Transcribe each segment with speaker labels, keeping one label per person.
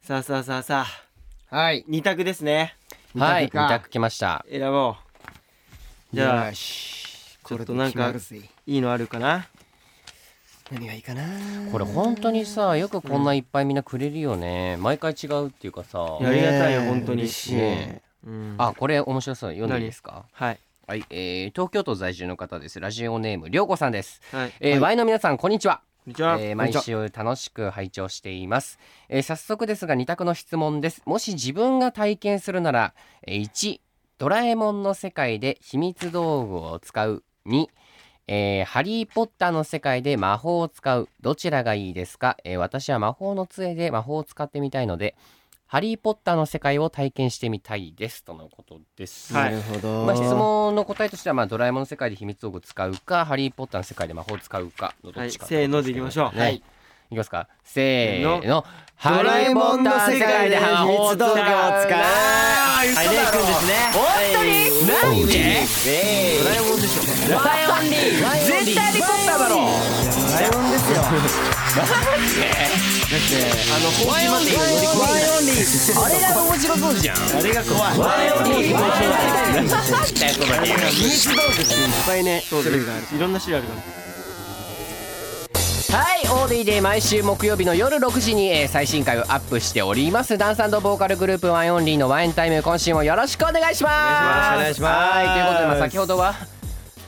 Speaker 1: さあさあさあさあ
Speaker 2: はい。
Speaker 1: 二択ですね
Speaker 3: はい、
Speaker 2: か
Speaker 3: 二択来ました。
Speaker 1: 選ぼうじゃあ
Speaker 2: よし。
Speaker 1: ちょ
Speaker 2: こ
Speaker 1: っ
Speaker 2: れ
Speaker 1: と
Speaker 2: と
Speaker 1: な
Speaker 2: なんん
Speaker 1: か
Speaker 2: か。
Speaker 1: いいのあるかな
Speaker 2: 何がいいかな。
Speaker 3: これ本当にさ、よくこんないっぱいみんなくれるよね。毎回違うっていうかさ。
Speaker 1: いやありがたいよ
Speaker 2: ねえ
Speaker 1: 本当に
Speaker 2: 嬉しい。
Speaker 3: ね
Speaker 1: うん
Speaker 3: あ、これ面白そう。読んでいいですか
Speaker 1: はい
Speaker 3: はい、えー、東京都在住の方です。ラジオネーム、りょうこさんです。
Speaker 1: はいこ
Speaker 3: えー
Speaker 2: はい
Speaker 3: ワイの皆さん、こんにちは。
Speaker 1: んにちは
Speaker 3: えー
Speaker 2: こんに
Speaker 3: 毎
Speaker 2: ちは
Speaker 3: 週楽しく拝聴しています、えー早速ですが二択の質問ですもし自分が体験するなら、えー1ドラえもんの世界で秘密道具を使う2えーハリー・ポッターの世界で魔法を使うどちらがいいですか、えー私は魔法の杖で魔法を使ってみたいのでハリー・ポッターの世界を体験してみたいですとのことです、
Speaker 1: はい
Speaker 2: なるほど。
Speaker 3: まあ、質問の答えとしては、まあ、ドラえもんの世界で秘密道具を使うか、ハリー・ポッターの世界で魔法を使うかのどっちか、
Speaker 1: はいせーのでいきましょう
Speaker 3: ね
Speaker 1: はい
Speaker 3: いきますか。せーの。
Speaker 2: ドラえもんの世界で
Speaker 3: ハリーポッターの世界で魔
Speaker 2: 秘密道具を
Speaker 3: 法を使う
Speaker 2: 使う。
Speaker 1: はいレイ君ですね
Speaker 3: なんで
Speaker 2: ドラえもんでしょ。
Speaker 3: ドラえもんでいい絶対ハリー・ポッターだろ
Speaker 2: ドラえもんですよ。
Speaker 1: あの方針まで乗り込
Speaker 2: ワイオンリー。
Speaker 3: あれが面白そうじゃん。
Speaker 2: あれが怖い。
Speaker 3: なんだよ、この理由
Speaker 2: 秘密道具っていっぱいね、
Speaker 1: そう
Speaker 2: 種類がある。
Speaker 1: いろんな種類あるから
Speaker 3: はい、OD で毎週木曜日の夜6時に、えー最新回をアップしております。ダンスボーカルグループワンオンリーのワインタイム、今週もよろしくお願いします。
Speaker 2: お願いします
Speaker 3: はい、ということで、まあ、先ほどは、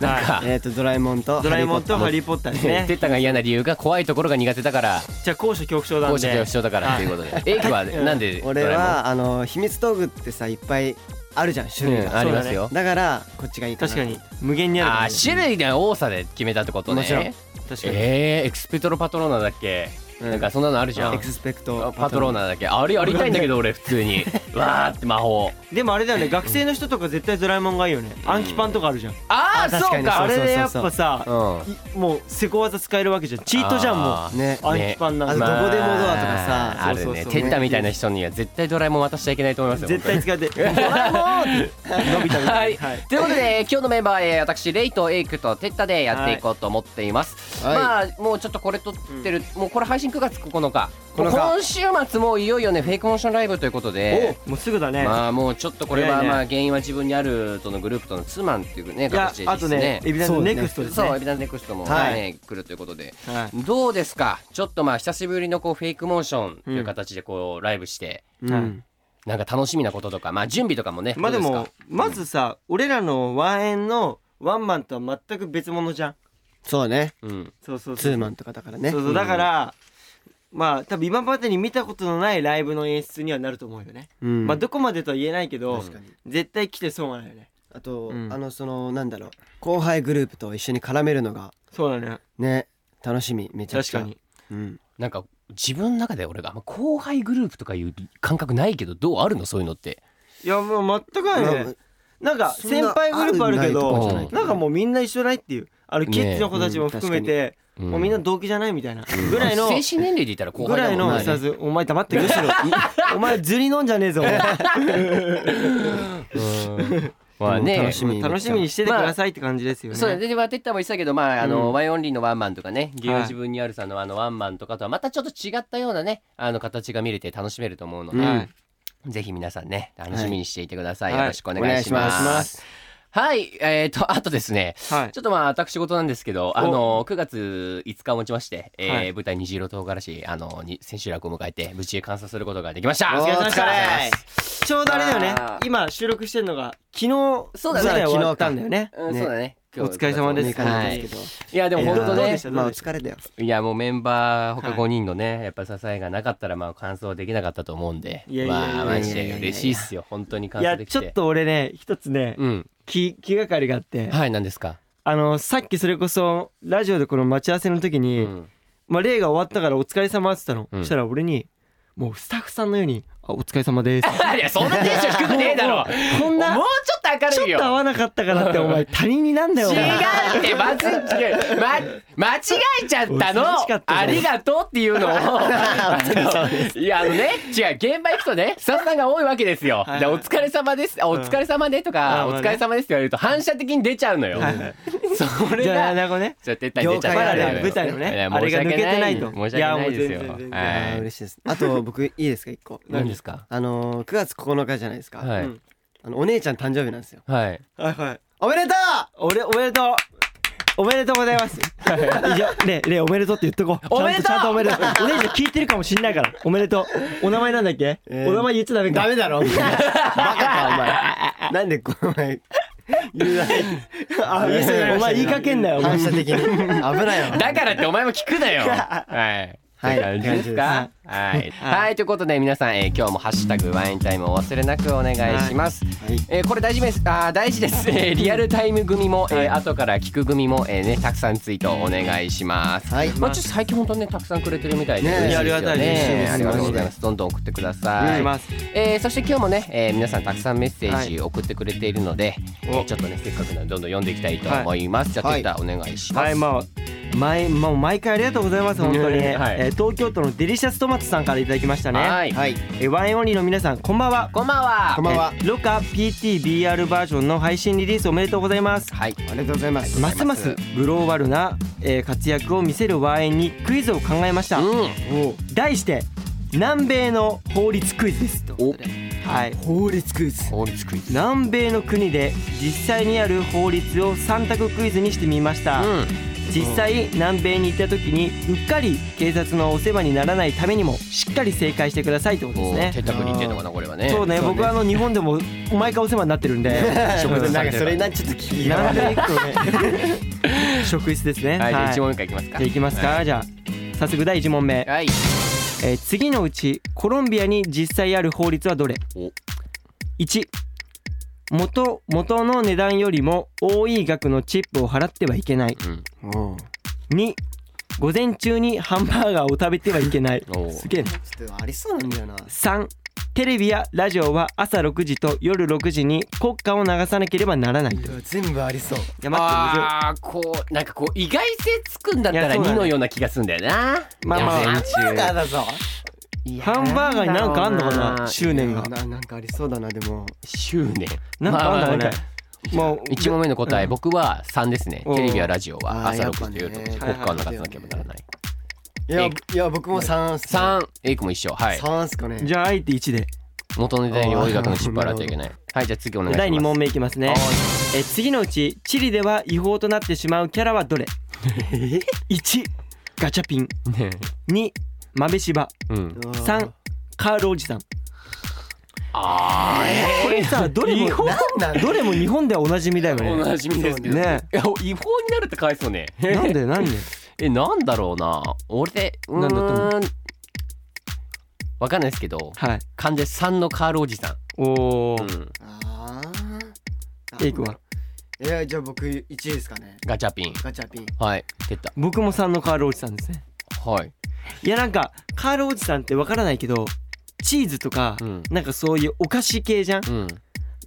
Speaker 3: なんか、
Speaker 2: えっとドラえもんと
Speaker 1: ドラえもんとハ
Speaker 2: リー
Speaker 1: リーポッターです
Speaker 3: ね、
Speaker 1: ね
Speaker 3: テッタが嫌な理由が怖いところが苦手だから、
Speaker 1: じゃあ高所恐怖症なん
Speaker 3: 高
Speaker 1: で
Speaker 3: 所恐怖症だからっていうことで。エイクは、なんで
Speaker 2: ポッ
Speaker 3: ドラ
Speaker 2: ター俺
Speaker 3: えもん、
Speaker 2: はあの秘密道具ってさいっぱいあるじゃん種
Speaker 3: う
Speaker 2: 類
Speaker 3: ん、
Speaker 2: が。
Speaker 3: ありますよ。
Speaker 2: だからこっちがいいかな。
Speaker 1: 確かに無限にある
Speaker 3: あ
Speaker 1: から
Speaker 3: あ
Speaker 1: ね
Speaker 3: ー種類の多さで決めたってことね
Speaker 2: もちろん
Speaker 1: 確かに
Speaker 3: えー、エクスペトロパトローナだっけ、
Speaker 2: うん
Speaker 3: なんかそんなのあるじゃん
Speaker 2: エクスペクト
Speaker 3: パトローナだっけあれやりたいんだけど俺普通 にわーって魔法
Speaker 1: でもあれだよね学生の人とか絶対ドラえもんがいいよね暗記パンとかあるじゃん
Speaker 3: あ
Speaker 2: あ
Speaker 3: あ
Speaker 2: 確
Speaker 3: そ
Speaker 2: か
Speaker 3: う
Speaker 2: に
Speaker 3: か
Speaker 1: あ
Speaker 3: あれ
Speaker 1: れ
Speaker 2: そうそうそうそう
Speaker 1: でやっぱさ
Speaker 3: うん
Speaker 1: いもうせこ技使えるわけじゃんチートじゃんも
Speaker 3: あー
Speaker 2: ね
Speaker 1: う暗記パンなん
Speaker 2: あ
Speaker 1: か
Speaker 2: とどこでもドアとか
Speaker 3: まあ
Speaker 2: さ
Speaker 3: あ
Speaker 1: そう
Speaker 3: る
Speaker 1: そうそう
Speaker 3: ねテッタみたいな人には絶対ドラえもん渡しちゃいけないと思いますよ
Speaker 1: 絶対使えて ドラえもんって伸びたみた
Speaker 3: はいい、
Speaker 1: な はい
Speaker 3: ということで、えー今日のメンバー、えー私レイとエイクとテッタでやっていこうと思っています、
Speaker 2: はい
Speaker 3: まあもうちょっとこれ撮ってる、もうこれ配信9月9日も
Speaker 2: 9日
Speaker 3: う今週末もういよいよねフェイクモーションライブということで
Speaker 1: もうすぐだね
Speaker 3: まあもうちょっとこれ
Speaker 1: 早
Speaker 3: はい
Speaker 1: ね
Speaker 3: まあ原因は自分にあるとのグループとのツーマンっていうね
Speaker 1: いや
Speaker 3: 形で
Speaker 1: あ
Speaker 3: です
Speaker 1: とねエビダンス
Speaker 2: そうだ
Speaker 1: ネ
Speaker 2: ね
Speaker 1: クストです
Speaker 3: そうエ
Speaker 1: ね
Speaker 3: ビダンスネクストもね、
Speaker 2: はい
Speaker 3: 来るということで
Speaker 1: はい
Speaker 3: どうですかちょっとまあ久しぶりのこうフェイクモーションという形でこうライブして、
Speaker 2: う
Speaker 1: はい
Speaker 2: ん
Speaker 3: なんか楽しみなこととかまあ準備とかもね
Speaker 1: まあで
Speaker 3: どう
Speaker 1: も
Speaker 3: すか
Speaker 1: まずさ俺らのワンエンのワンマンとは全く別物じゃん
Speaker 2: そうね
Speaker 3: うん
Speaker 1: そうそう
Speaker 2: ツ
Speaker 1: そう
Speaker 2: ーマンとかだからね
Speaker 1: そうそうだからまあ多分今までに見たことのないライブの演出にはなると思うよね
Speaker 2: うん
Speaker 1: まあどこまでとは言えないけど
Speaker 3: 確かに
Speaker 1: 絶対来てそうなのよね
Speaker 2: あと
Speaker 1: うん
Speaker 2: あのそのなんだろう後輩グループと一緒に絡めるのが
Speaker 1: そうなのよ
Speaker 2: ね楽しみめちゃ
Speaker 1: 確
Speaker 2: くちゃ
Speaker 1: かに
Speaker 2: うん
Speaker 3: なんか自分の中で俺が、まあ、後輩グループとかいう感覚ないけどどうあるのそういうのって
Speaker 1: いやもう全くないよねなんか
Speaker 2: そんな
Speaker 1: 先輩グループあるけ
Speaker 3: あるない
Speaker 1: ど
Speaker 3: とかじゃないけど
Speaker 1: なんかもうみんな一緒ないっていうあの
Speaker 3: ね
Speaker 1: キッズの子たちも含めて
Speaker 3: うん
Speaker 1: もうみんな同期じゃないみたいなぐらいの
Speaker 3: 精神年齢で言ったら後
Speaker 1: ぐ
Speaker 3: 輩だ
Speaker 1: ら
Speaker 3: も
Speaker 1: い
Speaker 3: んね
Speaker 1: のさずお前黙ってむしろ お前ずり飲んじゃねえぞ
Speaker 3: うんまあね
Speaker 2: 楽しみ
Speaker 1: 楽しみにしててくださいって感じですよね
Speaker 3: そうで、まあ、テッタも言ってたけど、まあ、あの、
Speaker 1: うん
Speaker 3: ワイオンリーのワンマンとかね、ゲーム
Speaker 1: はい
Speaker 3: 自分にあるさんのあのワンマンとかとは、またちょっと違ったようなね、あの、形が見れて楽しめると思うので、
Speaker 2: うん
Speaker 1: はい
Speaker 3: ぜひ皆さんね、楽しみにしていてください。
Speaker 1: はい
Speaker 3: よろしくお願いします。
Speaker 2: お願いしま
Speaker 3: はい、えっ、と、あとですね、
Speaker 1: はい
Speaker 3: ちょっとまあ、私事なんですけど、あの、9月5日をもちまして、えー
Speaker 1: はい
Speaker 3: 舞台虹色唐辛子、あの、に千秋楽を迎えて、無事完走することができました。
Speaker 2: お疲れ様です
Speaker 1: すちょうどあれだよね
Speaker 3: あー
Speaker 1: 今収録してるのが昨日
Speaker 3: そうだ
Speaker 1: 舞
Speaker 3: ね
Speaker 1: 台終わったんだよね
Speaker 3: うん、
Speaker 2: ね
Speaker 3: そうだね。
Speaker 1: お疲れ様です
Speaker 3: お疲れ様です
Speaker 2: ね
Speaker 3: いや、でも
Speaker 1: いやー
Speaker 3: 本当
Speaker 1: どう
Speaker 3: ね
Speaker 1: でし、た
Speaker 2: まあお疲れだよ
Speaker 3: いやもうメンバー他
Speaker 1: はい
Speaker 3: 5人のね、やっぱ支えがなかったらまあ完走できなかったと思うんで
Speaker 1: いやいやいやいや
Speaker 3: まあマジで嬉しいっすよ本当に完
Speaker 1: いや
Speaker 3: 走でき
Speaker 1: ち
Speaker 3: て
Speaker 1: ょっと俺ね一つね
Speaker 3: うん
Speaker 1: 気気がかりがあって
Speaker 3: はい何ですか、
Speaker 1: あのさっきそれこそラジオでこの待ち合わせの時
Speaker 3: う
Speaker 1: に、
Speaker 3: ん、
Speaker 1: まあ、例が終わったからお疲れ様って言ったの、
Speaker 3: うん
Speaker 1: そしたら俺にもうスタッフさんのように「あお疲れ様です
Speaker 3: いやそんなテンション低くねえだろ
Speaker 1: こんな
Speaker 3: もうちょっと
Speaker 1: ち
Speaker 3: 明
Speaker 1: ょっ
Speaker 3: るいよ
Speaker 1: と合わなかったからってお前他人になんだよお前
Speaker 3: 違うってまずい、ま、間違えちゃったの
Speaker 1: お忙しかったじゃん
Speaker 3: ありがとうってい うのをあのいやあのね違う現場行くとねスタッフさんが多いわけですよ、
Speaker 1: はい
Speaker 3: じゃあお疲れ様ですあお疲れ様でとか、
Speaker 1: うん
Speaker 3: お疲れ様ですって言われると反射的に出ちゃうのよ、
Speaker 1: はいはい
Speaker 3: それ
Speaker 1: じゃあ
Speaker 3: が
Speaker 1: なるほどね
Speaker 3: ちょっと撤退出ちゃった
Speaker 2: 業界
Speaker 1: あるある舞台のね
Speaker 3: いや
Speaker 1: あれが抜けてないと
Speaker 3: 申し訳ないですよ
Speaker 1: いやもう全然全然
Speaker 2: あー
Speaker 3: はい
Speaker 2: 嬉しいですあと僕いいですか一個
Speaker 3: 何ですか
Speaker 2: あのー9月9日じゃないですか、
Speaker 3: はい、
Speaker 1: うん
Speaker 2: あのお姉ちゃん誕生日なんですよ
Speaker 3: はい
Speaker 1: はいはい
Speaker 2: おめでとう
Speaker 1: 俺おめでとうおめでとうございます。以上、ねえ、ねえ、おめでとうって言っとこう。
Speaker 3: おめでとう
Speaker 1: ちゃんとちゃんとおめでとう。お姉ちゃん聞いてるかもしんないから。おめでとう。お名前なんだっけ、
Speaker 2: えー
Speaker 1: お名前言っちゃダメ か。
Speaker 2: メ だろバカかお前なんでこの前言うな
Speaker 1: あ、いいっすねお前言いかけんなよ。お前
Speaker 2: 反射的に危ないよ
Speaker 3: だからってお前も聞くなよ。はい。
Speaker 2: は
Speaker 3: っ
Speaker 2: い
Speaker 3: て感じですか。はい。
Speaker 1: はい
Speaker 3: はい、ということで、皆さん、えー今日もハッシュタグワインタイムを忘れなくお願いします。
Speaker 2: い
Speaker 3: えーこれ大事です。あー、大事です。えーリアルタイム組も、えー後から聞く組も、えーね、たくさんツイートお願いします。
Speaker 2: はい
Speaker 3: まあ、ちょっと最近本当にね、たくさんくれてるみたいで、
Speaker 2: ね
Speaker 3: 嬉しいですよ
Speaker 1: ありがたいです
Speaker 3: ねありがとうござい
Speaker 2: マ
Speaker 3: ま
Speaker 2: ジ
Speaker 3: す。どんどん送ってくだ
Speaker 1: お
Speaker 3: さ
Speaker 1: 願い
Speaker 3: い
Speaker 1: し。ます。
Speaker 3: えーそして今日もね、えー皆さんたくさんメッセージ送ってくれているので、え
Speaker 1: お
Speaker 3: ーちょっとね、せっかくなのでどんどん読んでいきたいと思います。
Speaker 2: はい
Speaker 3: じゃあ、ツイッターお願いします。
Speaker 1: はい、まあ、毎、まあ、毎回ありがとうございます。本当に、
Speaker 3: ねはい
Speaker 1: えー東京都のデリシャストマトさんからいただきましたね。
Speaker 3: はい
Speaker 2: はい
Speaker 1: えーワインオンリーの皆さん、こんばんは。
Speaker 3: こんばんは。
Speaker 2: こんばんは
Speaker 1: えーロカ PTBR バージョンの配信リリースおめでとうございます。
Speaker 3: はい。
Speaker 2: ありがとうございます
Speaker 1: ま
Speaker 3: ますす
Speaker 1: ますグローバルな、えー活躍を見せるワインにクイズを考えました。
Speaker 3: う
Speaker 1: 題して南米の法律クイズですと
Speaker 3: お
Speaker 1: はい
Speaker 2: 法律クイズ
Speaker 3: ん。法律クイズ。
Speaker 1: 南米の国で実際にある法律を3択クイズにしてみまし
Speaker 3: う
Speaker 1: た、
Speaker 3: ん。
Speaker 1: 実際南米に行った時にうっかり警察のお世話にならないためにもしっかり正解してくださいってことです
Speaker 3: もう
Speaker 1: ね
Speaker 3: 手たくにってんのかなこれはね。
Speaker 1: そうね
Speaker 2: そうね
Speaker 1: 僕はあの日本でも毎回お世話になってる んで
Speaker 2: なん
Speaker 1: 職質さ
Speaker 2: か
Speaker 1: れて
Speaker 2: そ
Speaker 1: る
Speaker 2: れなちょっと聞きが
Speaker 1: 南米1個ね職質ですね
Speaker 3: はい。じゃあ一
Speaker 1: じゃ
Speaker 3: 問目からいきますか
Speaker 1: あ。いきますか、じゃあ早速第1問目
Speaker 3: はい。
Speaker 1: えー次のうちコロンビアに実際ある法律はどれ
Speaker 3: お
Speaker 1: ?1 元元の値段よりも多い額のチップを払ってはいけない
Speaker 3: うん。
Speaker 2: うん
Speaker 1: 2午前中にハンバーガーを食べてはいけない
Speaker 3: お
Speaker 1: すげえな
Speaker 2: ちょっとありそうなんだよな
Speaker 1: 3テレビやラジオは朝6時と夜6時に国歌を流さなければならないい
Speaker 2: 全部ありそう
Speaker 1: や待ってむずい
Speaker 3: ああこうなんかこう意外性つくんだった
Speaker 1: いや
Speaker 3: ら
Speaker 1: そうだね
Speaker 3: 2のような気がするんだよな。
Speaker 1: まあまあ
Speaker 3: いや
Speaker 2: ハ
Speaker 3: 全中
Speaker 2: ンバーガーだぞ
Speaker 3: いや
Speaker 1: ハンバーガーになんかあんのかな執念が
Speaker 2: ななんかありそうだなでも
Speaker 3: 執念。
Speaker 1: なんかあんだろうね
Speaker 3: まあまあま
Speaker 1: もう
Speaker 3: 一問目の答え
Speaker 1: うん
Speaker 3: 僕は三ですね。
Speaker 1: おー
Speaker 3: テレビやラジオは
Speaker 2: あー
Speaker 3: 朝
Speaker 2: やっ
Speaker 3: 六
Speaker 2: ぱ
Speaker 3: 時
Speaker 2: ね
Speaker 3: と夜と国歌を流さなければならない。
Speaker 2: いや
Speaker 3: え
Speaker 2: いや僕も三三
Speaker 3: 三エイクも一緒。はい。
Speaker 2: 三っすかね
Speaker 1: じゃああえて1で
Speaker 3: 元の値段に多い額の失敗払っちゃいけない。はいじゃあ次お願いします。
Speaker 1: 第2問目いきますね
Speaker 3: は
Speaker 1: え次のうちチリでは違法となってしまうキャラは どれ1ガチャピン
Speaker 3: ね
Speaker 1: 2豆柴
Speaker 3: え。うん。
Speaker 2: うん
Speaker 1: 3カールおじさん
Speaker 3: ああ。
Speaker 1: これさどれも
Speaker 3: 違法
Speaker 2: なんなん
Speaker 1: どれも日本ではおなじみだよ
Speaker 3: お
Speaker 1: ね
Speaker 3: なじみですけど
Speaker 1: ね
Speaker 3: いや違法になるって返そうね
Speaker 1: なんでなんで
Speaker 3: えなんだろうな俺でうーん
Speaker 1: なんだと思
Speaker 3: わかんないですけど
Speaker 1: はい
Speaker 3: 完全3のカールおじさん、
Speaker 1: おお
Speaker 3: うん、
Speaker 2: あー
Speaker 1: エイクは
Speaker 2: えーじゃあ僕一位ですかね
Speaker 3: ガチャピン
Speaker 2: ガチャピン
Speaker 3: はい出た
Speaker 1: 僕も3のカールおじさんですね
Speaker 3: はい
Speaker 1: いやなんかカールおじさんってわからないけどチーズとか
Speaker 3: うん
Speaker 1: なんかそういうお菓子系じゃん
Speaker 3: うん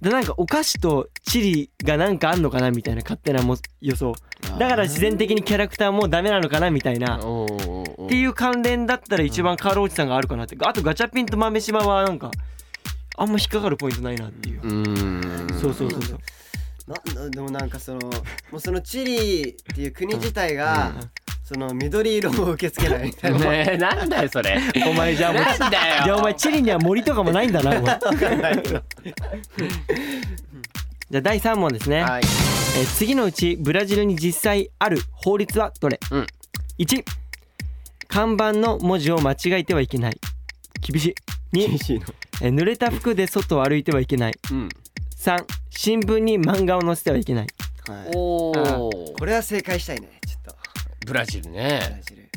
Speaker 1: でなんかお菓子とチリがなんかあんのかなみたいな勝手なも予想だから自然的にキャラクターもダメなのかなみたいな
Speaker 3: おーおーお
Speaker 1: っ
Speaker 3: ー
Speaker 1: ていう関連だったら一番カールおじさんがあるかなってあとガチャピンと豆柴はなんかあんま引っかかるポイントないなっていう、
Speaker 3: うーん
Speaker 1: そうそうそうそう
Speaker 2: なんだでもなんかそのもうそのチリっていう国自体が
Speaker 1: うん
Speaker 2: その緑色を受け付けないみたいな
Speaker 3: ねえなんだよそれ
Speaker 1: お前じゃあ もう
Speaker 3: なんだよ
Speaker 1: じゃあお前チリには森とかもないんだなお 前じゃあ第3問ですね、
Speaker 3: はい
Speaker 1: えー次のうちブラジルに実際ある法律はどれ、
Speaker 3: うん
Speaker 1: 1看板の文字を間違えてはいけない厳しい2、
Speaker 2: しいの
Speaker 1: えー濡れた服で外を歩いてはいけない
Speaker 3: うん
Speaker 1: 3新聞に漫画を載せてはいけない
Speaker 2: はい
Speaker 3: おお
Speaker 2: これは正解したいねちょっと
Speaker 3: ブラジル
Speaker 2: ブラ
Speaker 3: ね
Speaker 2: ジル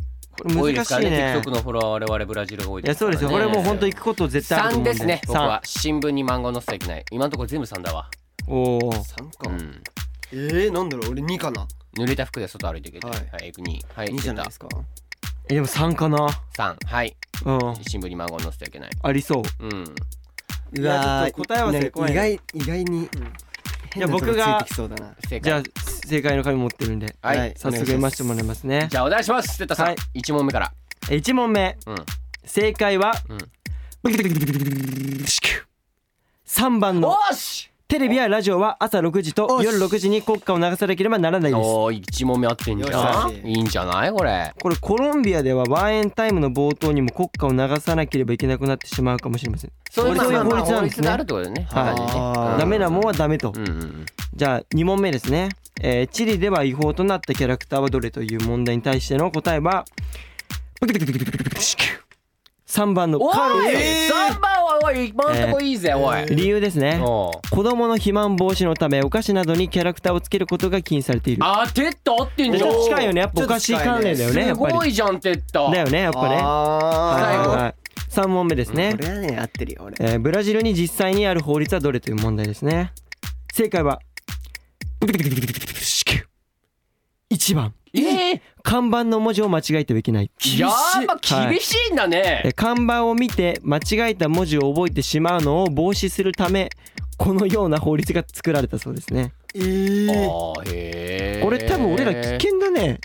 Speaker 3: これ多いですからね
Speaker 1: 難しいね
Speaker 3: TikTok のフォロワーは我々ブラジルが多い
Speaker 1: い
Speaker 3: で
Speaker 1: や
Speaker 3: す
Speaker 1: そ
Speaker 3: から
Speaker 1: う
Speaker 3: ね
Speaker 1: ですよこれもう本当行くこと絶対あると思
Speaker 3: 三
Speaker 1: うん
Speaker 3: で
Speaker 1: です
Speaker 3: ね。僕
Speaker 1: 三
Speaker 3: は新聞に漫画を載せてはいけない。今のところ全部三だわ。
Speaker 1: おお
Speaker 2: 三
Speaker 3: う
Speaker 2: か
Speaker 3: ん。
Speaker 2: えーなんだろう俺二かな
Speaker 3: 濡れた服で外歩いていけない。
Speaker 2: は
Speaker 3: はいい。はい。に。はい。
Speaker 2: 二じゃないで
Speaker 3: 出
Speaker 2: すか
Speaker 3: た
Speaker 1: えでも3かな
Speaker 3: 三はい
Speaker 1: うん
Speaker 3: 新聞に孫を載せてはいけない
Speaker 1: ありそう
Speaker 3: うん
Speaker 2: う
Speaker 1: いや
Speaker 2: わー
Speaker 1: ちょっと答え合わせ
Speaker 2: なんか
Speaker 1: 怖い
Speaker 2: 意
Speaker 1: な
Speaker 2: 外意外に
Speaker 1: じ
Speaker 2: 変
Speaker 1: ゃあ
Speaker 2: なとこつ
Speaker 1: 僕が
Speaker 2: いてきそうだな
Speaker 3: 正解
Speaker 1: じゃあ正解の紙持ってるんで
Speaker 3: はい、
Speaker 2: はい
Speaker 1: 早速読ませてもらいますね
Speaker 3: じゃあお願いします哲太さん、
Speaker 1: はい
Speaker 3: 一問目から
Speaker 1: え1問目
Speaker 3: うん
Speaker 1: 正解は
Speaker 3: うん
Speaker 1: 3番の
Speaker 3: おーし
Speaker 1: テレビやラジオは朝6時と
Speaker 2: おし
Speaker 1: 夜6時に国歌を流さなければならないです
Speaker 3: おー一問目合ってんじゃ
Speaker 2: よ
Speaker 3: ん
Speaker 2: しよし
Speaker 3: いいんじゃないこれ
Speaker 1: これコロンビアではワンエンタイムの冒頭にも国歌を流さなければいけなくなってしまうかもしれません
Speaker 3: そういう
Speaker 1: そういう
Speaker 3: まあま
Speaker 1: 法
Speaker 3: あ
Speaker 1: 律なん
Speaker 3: 法
Speaker 1: です
Speaker 3: 律
Speaker 1: ね
Speaker 3: があるってことだよね
Speaker 1: はい
Speaker 3: 感じね
Speaker 2: あー
Speaker 3: うん
Speaker 1: ダメなもんはダメと
Speaker 3: うんうんうん
Speaker 1: じゃあ2問目ですね、えーチリでは違法となったキャラクターはどれという問題に対しての答えは3番の
Speaker 3: お
Speaker 1: カロ
Speaker 3: い、
Speaker 1: リ
Speaker 2: えー
Speaker 3: 三番はおい今んとこいいぜ、おい、
Speaker 1: ー理由ですね
Speaker 3: おう
Speaker 1: 子供の肥満防止のためお菓子などにキャラクターをつけることが禁止されている
Speaker 3: あテッタ合ってん
Speaker 1: めっ
Speaker 3: じ
Speaker 1: ち
Speaker 3: ゃん
Speaker 1: ゃ近いよねやっぱお菓子関連だよねや
Speaker 3: す
Speaker 1: っぱ
Speaker 3: ご
Speaker 1: り
Speaker 3: いじゃんテッタ
Speaker 1: だよねやっぱねは
Speaker 2: あ
Speaker 1: いはい
Speaker 3: 最
Speaker 2: ー
Speaker 3: 後
Speaker 1: はい3問目ですね
Speaker 2: これはね合ってるよ俺
Speaker 1: えーブラジルに実際にある法律はどれという問題ですね正解は1番
Speaker 3: えー
Speaker 1: 看板の文字を間違えてはいけない
Speaker 3: やっぱ厳しいんだね、
Speaker 1: えー看板を見て間違えた文字を覚えてしまうのを防止するためこのような法律が作られたそうですね
Speaker 2: え
Speaker 3: あーへえ
Speaker 1: これ多分俺ら危険だね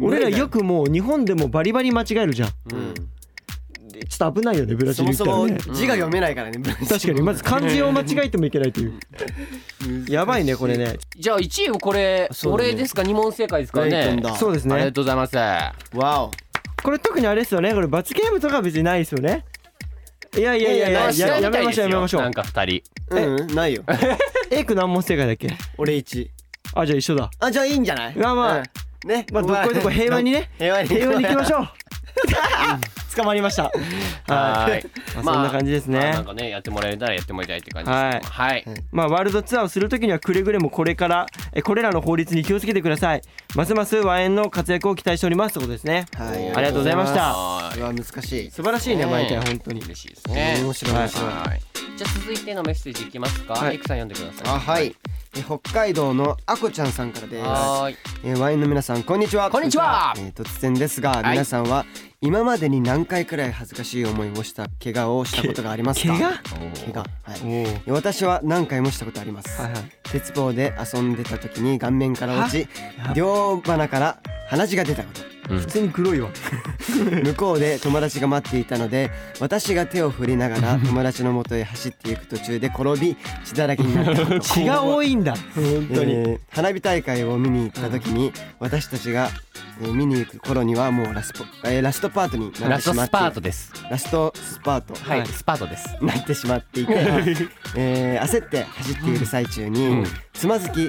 Speaker 1: 俺らよくもう日本でもバリバリ間違えるじゃん
Speaker 3: うん
Speaker 1: でちょっと危ないよねブラジ
Speaker 2: そ
Speaker 1: ル行
Speaker 2: も
Speaker 1: った
Speaker 2: そ
Speaker 1: ら
Speaker 2: も
Speaker 1: ね
Speaker 2: 字が読めないからねブラジル
Speaker 1: 確かにまず漢字を間違えてもいけないという やばいねこれね
Speaker 3: じゃあ1位をこれ、
Speaker 2: そうだね
Speaker 3: 俺ですか二問正解ですか
Speaker 2: レイト
Speaker 3: ね
Speaker 2: ンだ
Speaker 1: そうです
Speaker 3: ありが
Speaker 1: ね
Speaker 3: とうございます
Speaker 2: わお
Speaker 1: これ特にあれですよねこれ罰ゲームとかは別にないですよねいやいやいやい
Speaker 2: いやい
Speaker 1: や
Speaker 2: や
Speaker 1: ややめましょうやめましょ
Speaker 3: な
Speaker 1: うん
Speaker 3: か二人
Speaker 1: え
Speaker 2: うんうんないよ
Speaker 1: A 区何問正解だっけ
Speaker 2: 俺一
Speaker 1: あじゃあ一緒だ
Speaker 2: あじゃあいいんじゃない
Speaker 1: まあまあ
Speaker 2: うんね
Speaker 1: まあどっこいどっこい平和にね
Speaker 2: 平和 に
Speaker 1: 平和に行きまし
Speaker 2: ょ
Speaker 1: ょう捕まりました
Speaker 3: は
Speaker 1: はい
Speaker 3: ーい
Speaker 1: まあそんな感じです
Speaker 3: まあな
Speaker 1: ね
Speaker 3: んかねやってもらえたらやってもらいたいって感じですけどもはい
Speaker 1: まあワールドツアーをするときにはくれぐれもこれからえこれらの法律に気をつけてくださいますます和円の活躍を期待しておりますってことですね
Speaker 2: はい
Speaker 1: ありがとうございました
Speaker 3: は
Speaker 2: う
Speaker 3: ー
Speaker 2: わ難しい
Speaker 1: 素晴らしいね
Speaker 3: ね
Speaker 1: 毎回本当に
Speaker 3: い嬉しいですね
Speaker 2: 面白い面白い
Speaker 3: はいじゃあ続いてのメッセージいきますか
Speaker 2: はい
Speaker 3: いくさん読んでください
Speaker 2: あはいえ北海道のあこちゃんさんからです
Speaker 3: はーい
Speaker 2: えーワインの皆さんこんにちは
Speaker 3: こんにちは
Speaker 2: えー突然ですが
Speaker 3: い
Speaker 2: 皆さんは今までに何回くらい恥ずかしい思いをした怪我をしたことがありますか
Speaker 1: 怪
Speaker 2: 怪我はい
Speaker 1: おおはい
Speaker 2: え私は何回もしたことあります、
Speaker 1: はい
Speaker 2: 鉄棒で遊んでた時に顔面から落ち
Speaker 1: は
Speaker 2: 両鼻から鼻血が出たこと
Speaker 1: 普通に黒いわ
Speaker 2: 向こうで友達が待っていたので私が手を振りながら友達の元へ走っていく途中で転び血だらけになったこと
Speaker 1: 血が多いんだ本当
Speaker 2: え
Speaker 1: に
Speaker 2: ー花火大会を見に行った時に、私たちが、えー見に行く頃にはもうラスポ、えーラストパートにな
Speaker 3: ラ
Speaker 2: って
Speaker 3: スト
Speaker 2: しまっ
Speaker 3: ス
Speaker 2: て
Speaker 3: パートです
Speaker 2: ラストスパート
Speaker 1: は
Speaker 3: は
Speaker 1: い
Speaker 3: いスパートです
Speaker 2: なってしまっていて、えー焦って走っている最中に、
Speaker 3: うん
Speaker 2: つまずき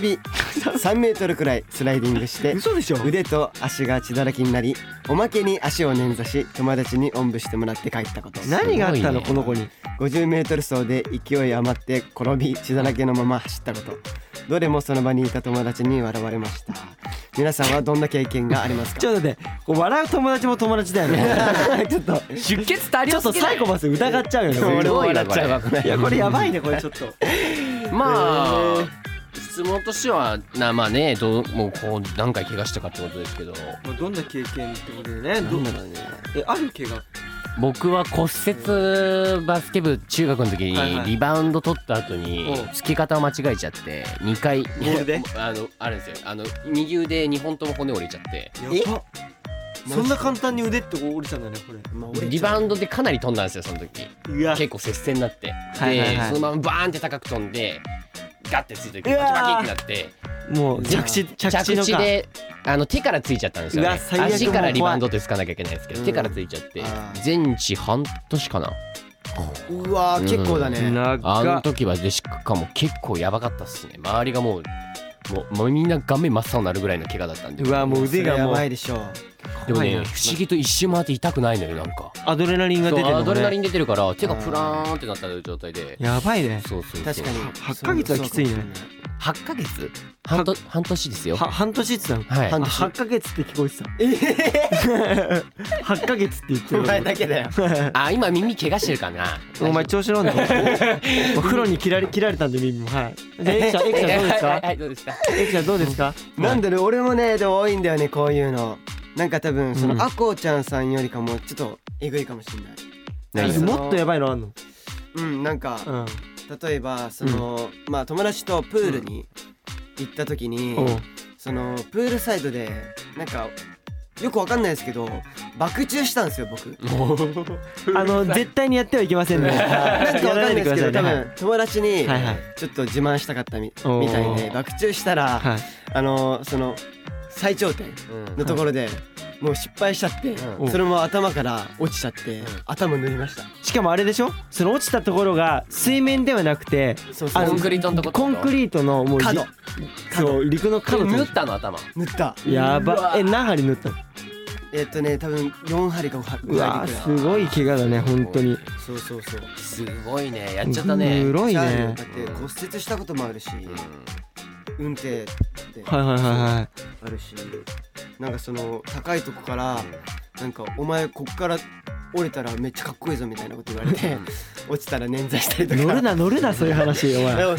Speaker 2: び3メートルくらいスライディングして
Speaker 1: 嘘でしょ
Speaker 2: 腕と足が血だらけになりおまけに足を捻挫し友達におんぶしてもらって帰ったこと
Speaker 1: 何があったの
Speaker 3: す
Speaker 1: こ
Speaker 3: ご
Speaker 1: の子に
Speaker 2: 50メートル走で勢い余って転び血だらけのまま走ったことどれもその場にいた友達に笑われました皆さんはどんな経験があります
Speaker 1: ち
Speaker 2: か
Speaker 1: ょっと待ってこう笑う友達も友達だよ ねちょっと
Speaker 3: 出血足り
Speaker 1: ちょっとサイコパス疑っちゃうよねこれ
Speaker 3: す
Speaker 2: 俺も
Speaker 3: ごい
Speaker 2: 笑
Speaker 3: な
Speaker 2: っちゃうわ
Speaker 3: これ
Speaker 1: いやこれやばいねこれちょっと
Speaker 3: まあ、質問としてはなまあねどうもうこう何回怪我したかってことですけど
Speaker 1: どんな経験ってことでね
Speaker 2: なんだろうね
Speaker 1: えある怪我
Speaker 3: 僕は骨折バスケ部中学の時
Speaker 1: はいは
Speaker 3: に
Speaker 1: い
Speaker 3: リバウンド取った後に
Speaker 1: うん
Speaker 3: つき方を間違えちゃって2回ボ
Speaker 1: ールで
Speaker 3: あのあるんですよあの右腕2本とも骨折れちゃって
Speaker 2: え
Speaker 1: やばそんな簡単に腕って折れちゃうんだねこれ
Speaker 2: まあ折れちゃう
Speaker 3: リバウンドでかなり飛んだんですよその時
Speaker 1: うわ
Speaker 3: 結構接戦になってで、
Speaker 1: はいはいはい
Speaker 3: そのままバーンって高く飛んでガッてついて
Speaker 1: う
Speaker 3: バ
Speaker 1: わー
Speaker 3: キバキってなって
Speaker 1: もう着地着地のか
Speaker 3: であの手からついちゃったんですよ、
Speaker 1: う
Speaker 3: ね
Speaker 1: わ、最悪
Speaker 3: 足からリバウンドってつかなきゃいけないんですけど、
Speaker 2: うん
Speaker 3: 手からついちゃって
Speaker 2: あー
Speaker 3: 全治半年かな
Speaker 2: うわー結構だね、
Speaker 3: あ
Speaker 1: 長
Speaker 3: の
Speaker 1: っ
Speaker 3: 時はでしかも結構やばかったっすね周りがもうもうもうみんな顔面真っ青になるぐらいの怪我だったんで
Speaker 1: うわもう腕
Speaker 2: それ
Speaker 1: が
Speaker 2: や
Speaker 1: もう
Speaker 2: ばいでしょう
Speaker 3: でも
Speaker 1: 怖い
Speaker 3: ね
Speaker 1: な
Speaker 3: 不思議と一周回って痛くないのよなんか
Speaker 1: アドレナリンが出て
Speaker 3: そ
Speaker 1: る
Speaker 3: うア
Speaker 1: の
Speaker 3: ドレナリ
Speaker 1: ね
Speaker 3: ン出てるから手がプラーンってなった状態で
Speaker 1: やばいね
Speaker 3: そうそうそう
Speaker 2: 確かに
Speaker 1: 8ヶ月はきついね
Speaker 3: 8ヶ月半と半年ですよ
Speaker 1: は半年って言ってたの
Speaker 3: はい
Speaker 2: 半
Speaker 1: あ
Speaker 2: 年
Speaker 1: 8ヶ月って聞こえてた
Speaker 2: ええ
Speaker 1: 8ヶ月って言って
Speaker 2: お
Speaker 1: る
Speaker 2: 前だけだよ
Speaker 3: あ今耳怪我してるかな
Speaker 1: お前調子乗んなお風呂に切られ切られたんで耳もはいでエ クちゃんエクちゃんどうです
Speaker 3: は
Speaker 1: か
Speaker 3: いはいどうですか
Speaker 1: エクちゃんどうですか
Speaker 2: なんだろう俺もねでも多いんだよねこういうのなんか多分そ
Speaker 1: うん
Speaker 2: のあこうちゃんさんよりかもちょっとえぐいかもしれない
Speaker 3: 何
Speaker 2: そ
Speaker 3: が
Speaker 2: の
Speaker 1: もっとやばいのあんの
Speaker 2: うんなんか
Speaker 1: うん
Speaker 2: 例えばその、まあ友達とプールに行った時に、
Speaker 1: おう
Speaker 2: そのプールサイドでなんかよくわかんないですけど爆中したんですよ 僕
Speaker 1: あの絶対にやってはいけませんね
Speaker 2: なんかわかんないですけど多
Speaker 1: やら
Speaker 2: 分友達に
Speaker 1: はいはい
Speaker 2: ちょっと自慢したかったみ
Speaker 1: おー
Speaker 2: みたいで爆中したら、
Speaker 1: はい
Speaker 2: あのその最頂点のところで、もう失敗しちゃって、
Speaker 3: うん
Speaker 2: それも頭から落ちちゃって、
Speaker 3: うん
Speaker 2: 頭縫いました
Speaker 1: しかもあれでしょその落ちたところが水面ではなくて
Speaker 2: そうそ
Speaker 1: あ
Speaker 2: う
Speaker 1: の
Speaker 3: コンクリートのとこってこ
Speaker 1: コ
Speaker 3: と
Speaker 1: ンクリートのもうり
Speaker 2: 角
Speaker 1: そう陸の角
Speaker 3: 縫
Speaker 1: と
Speaker 3: ったの頭
Speaker 2: 縫った
Speaker 1: や
Speaker 3: うわ
Speaker 1: ばえ何針塗ったの
Speaker 2: えっとね多分4針か5針
Speaker 1: う
Speaker 2: ぐら
Speaker 1: わ
Speaker 2: い
Speaker 1: すごい怪我だね本当に
Speaker 2: そうそうそう
Speaker 3: すごいねやっちゃったね
Speaker 1: グロい
Speaker 2: じゃあ
Speaker 1: ね
Speaker 2: だって骨折したこともあるし、
Speaker 3: う
Speaker 2: 運転って
Speaker 1: はいはいはいはい
Speaker 2: あるしなんかその高いとこからなんかお前こっから折れたらめっちゃかっこいいぞみたいなこと言われて落ちたら捻挫したり とか
Speaker 1: 乗るな乗るなそういう話お前
Speaker 2: でも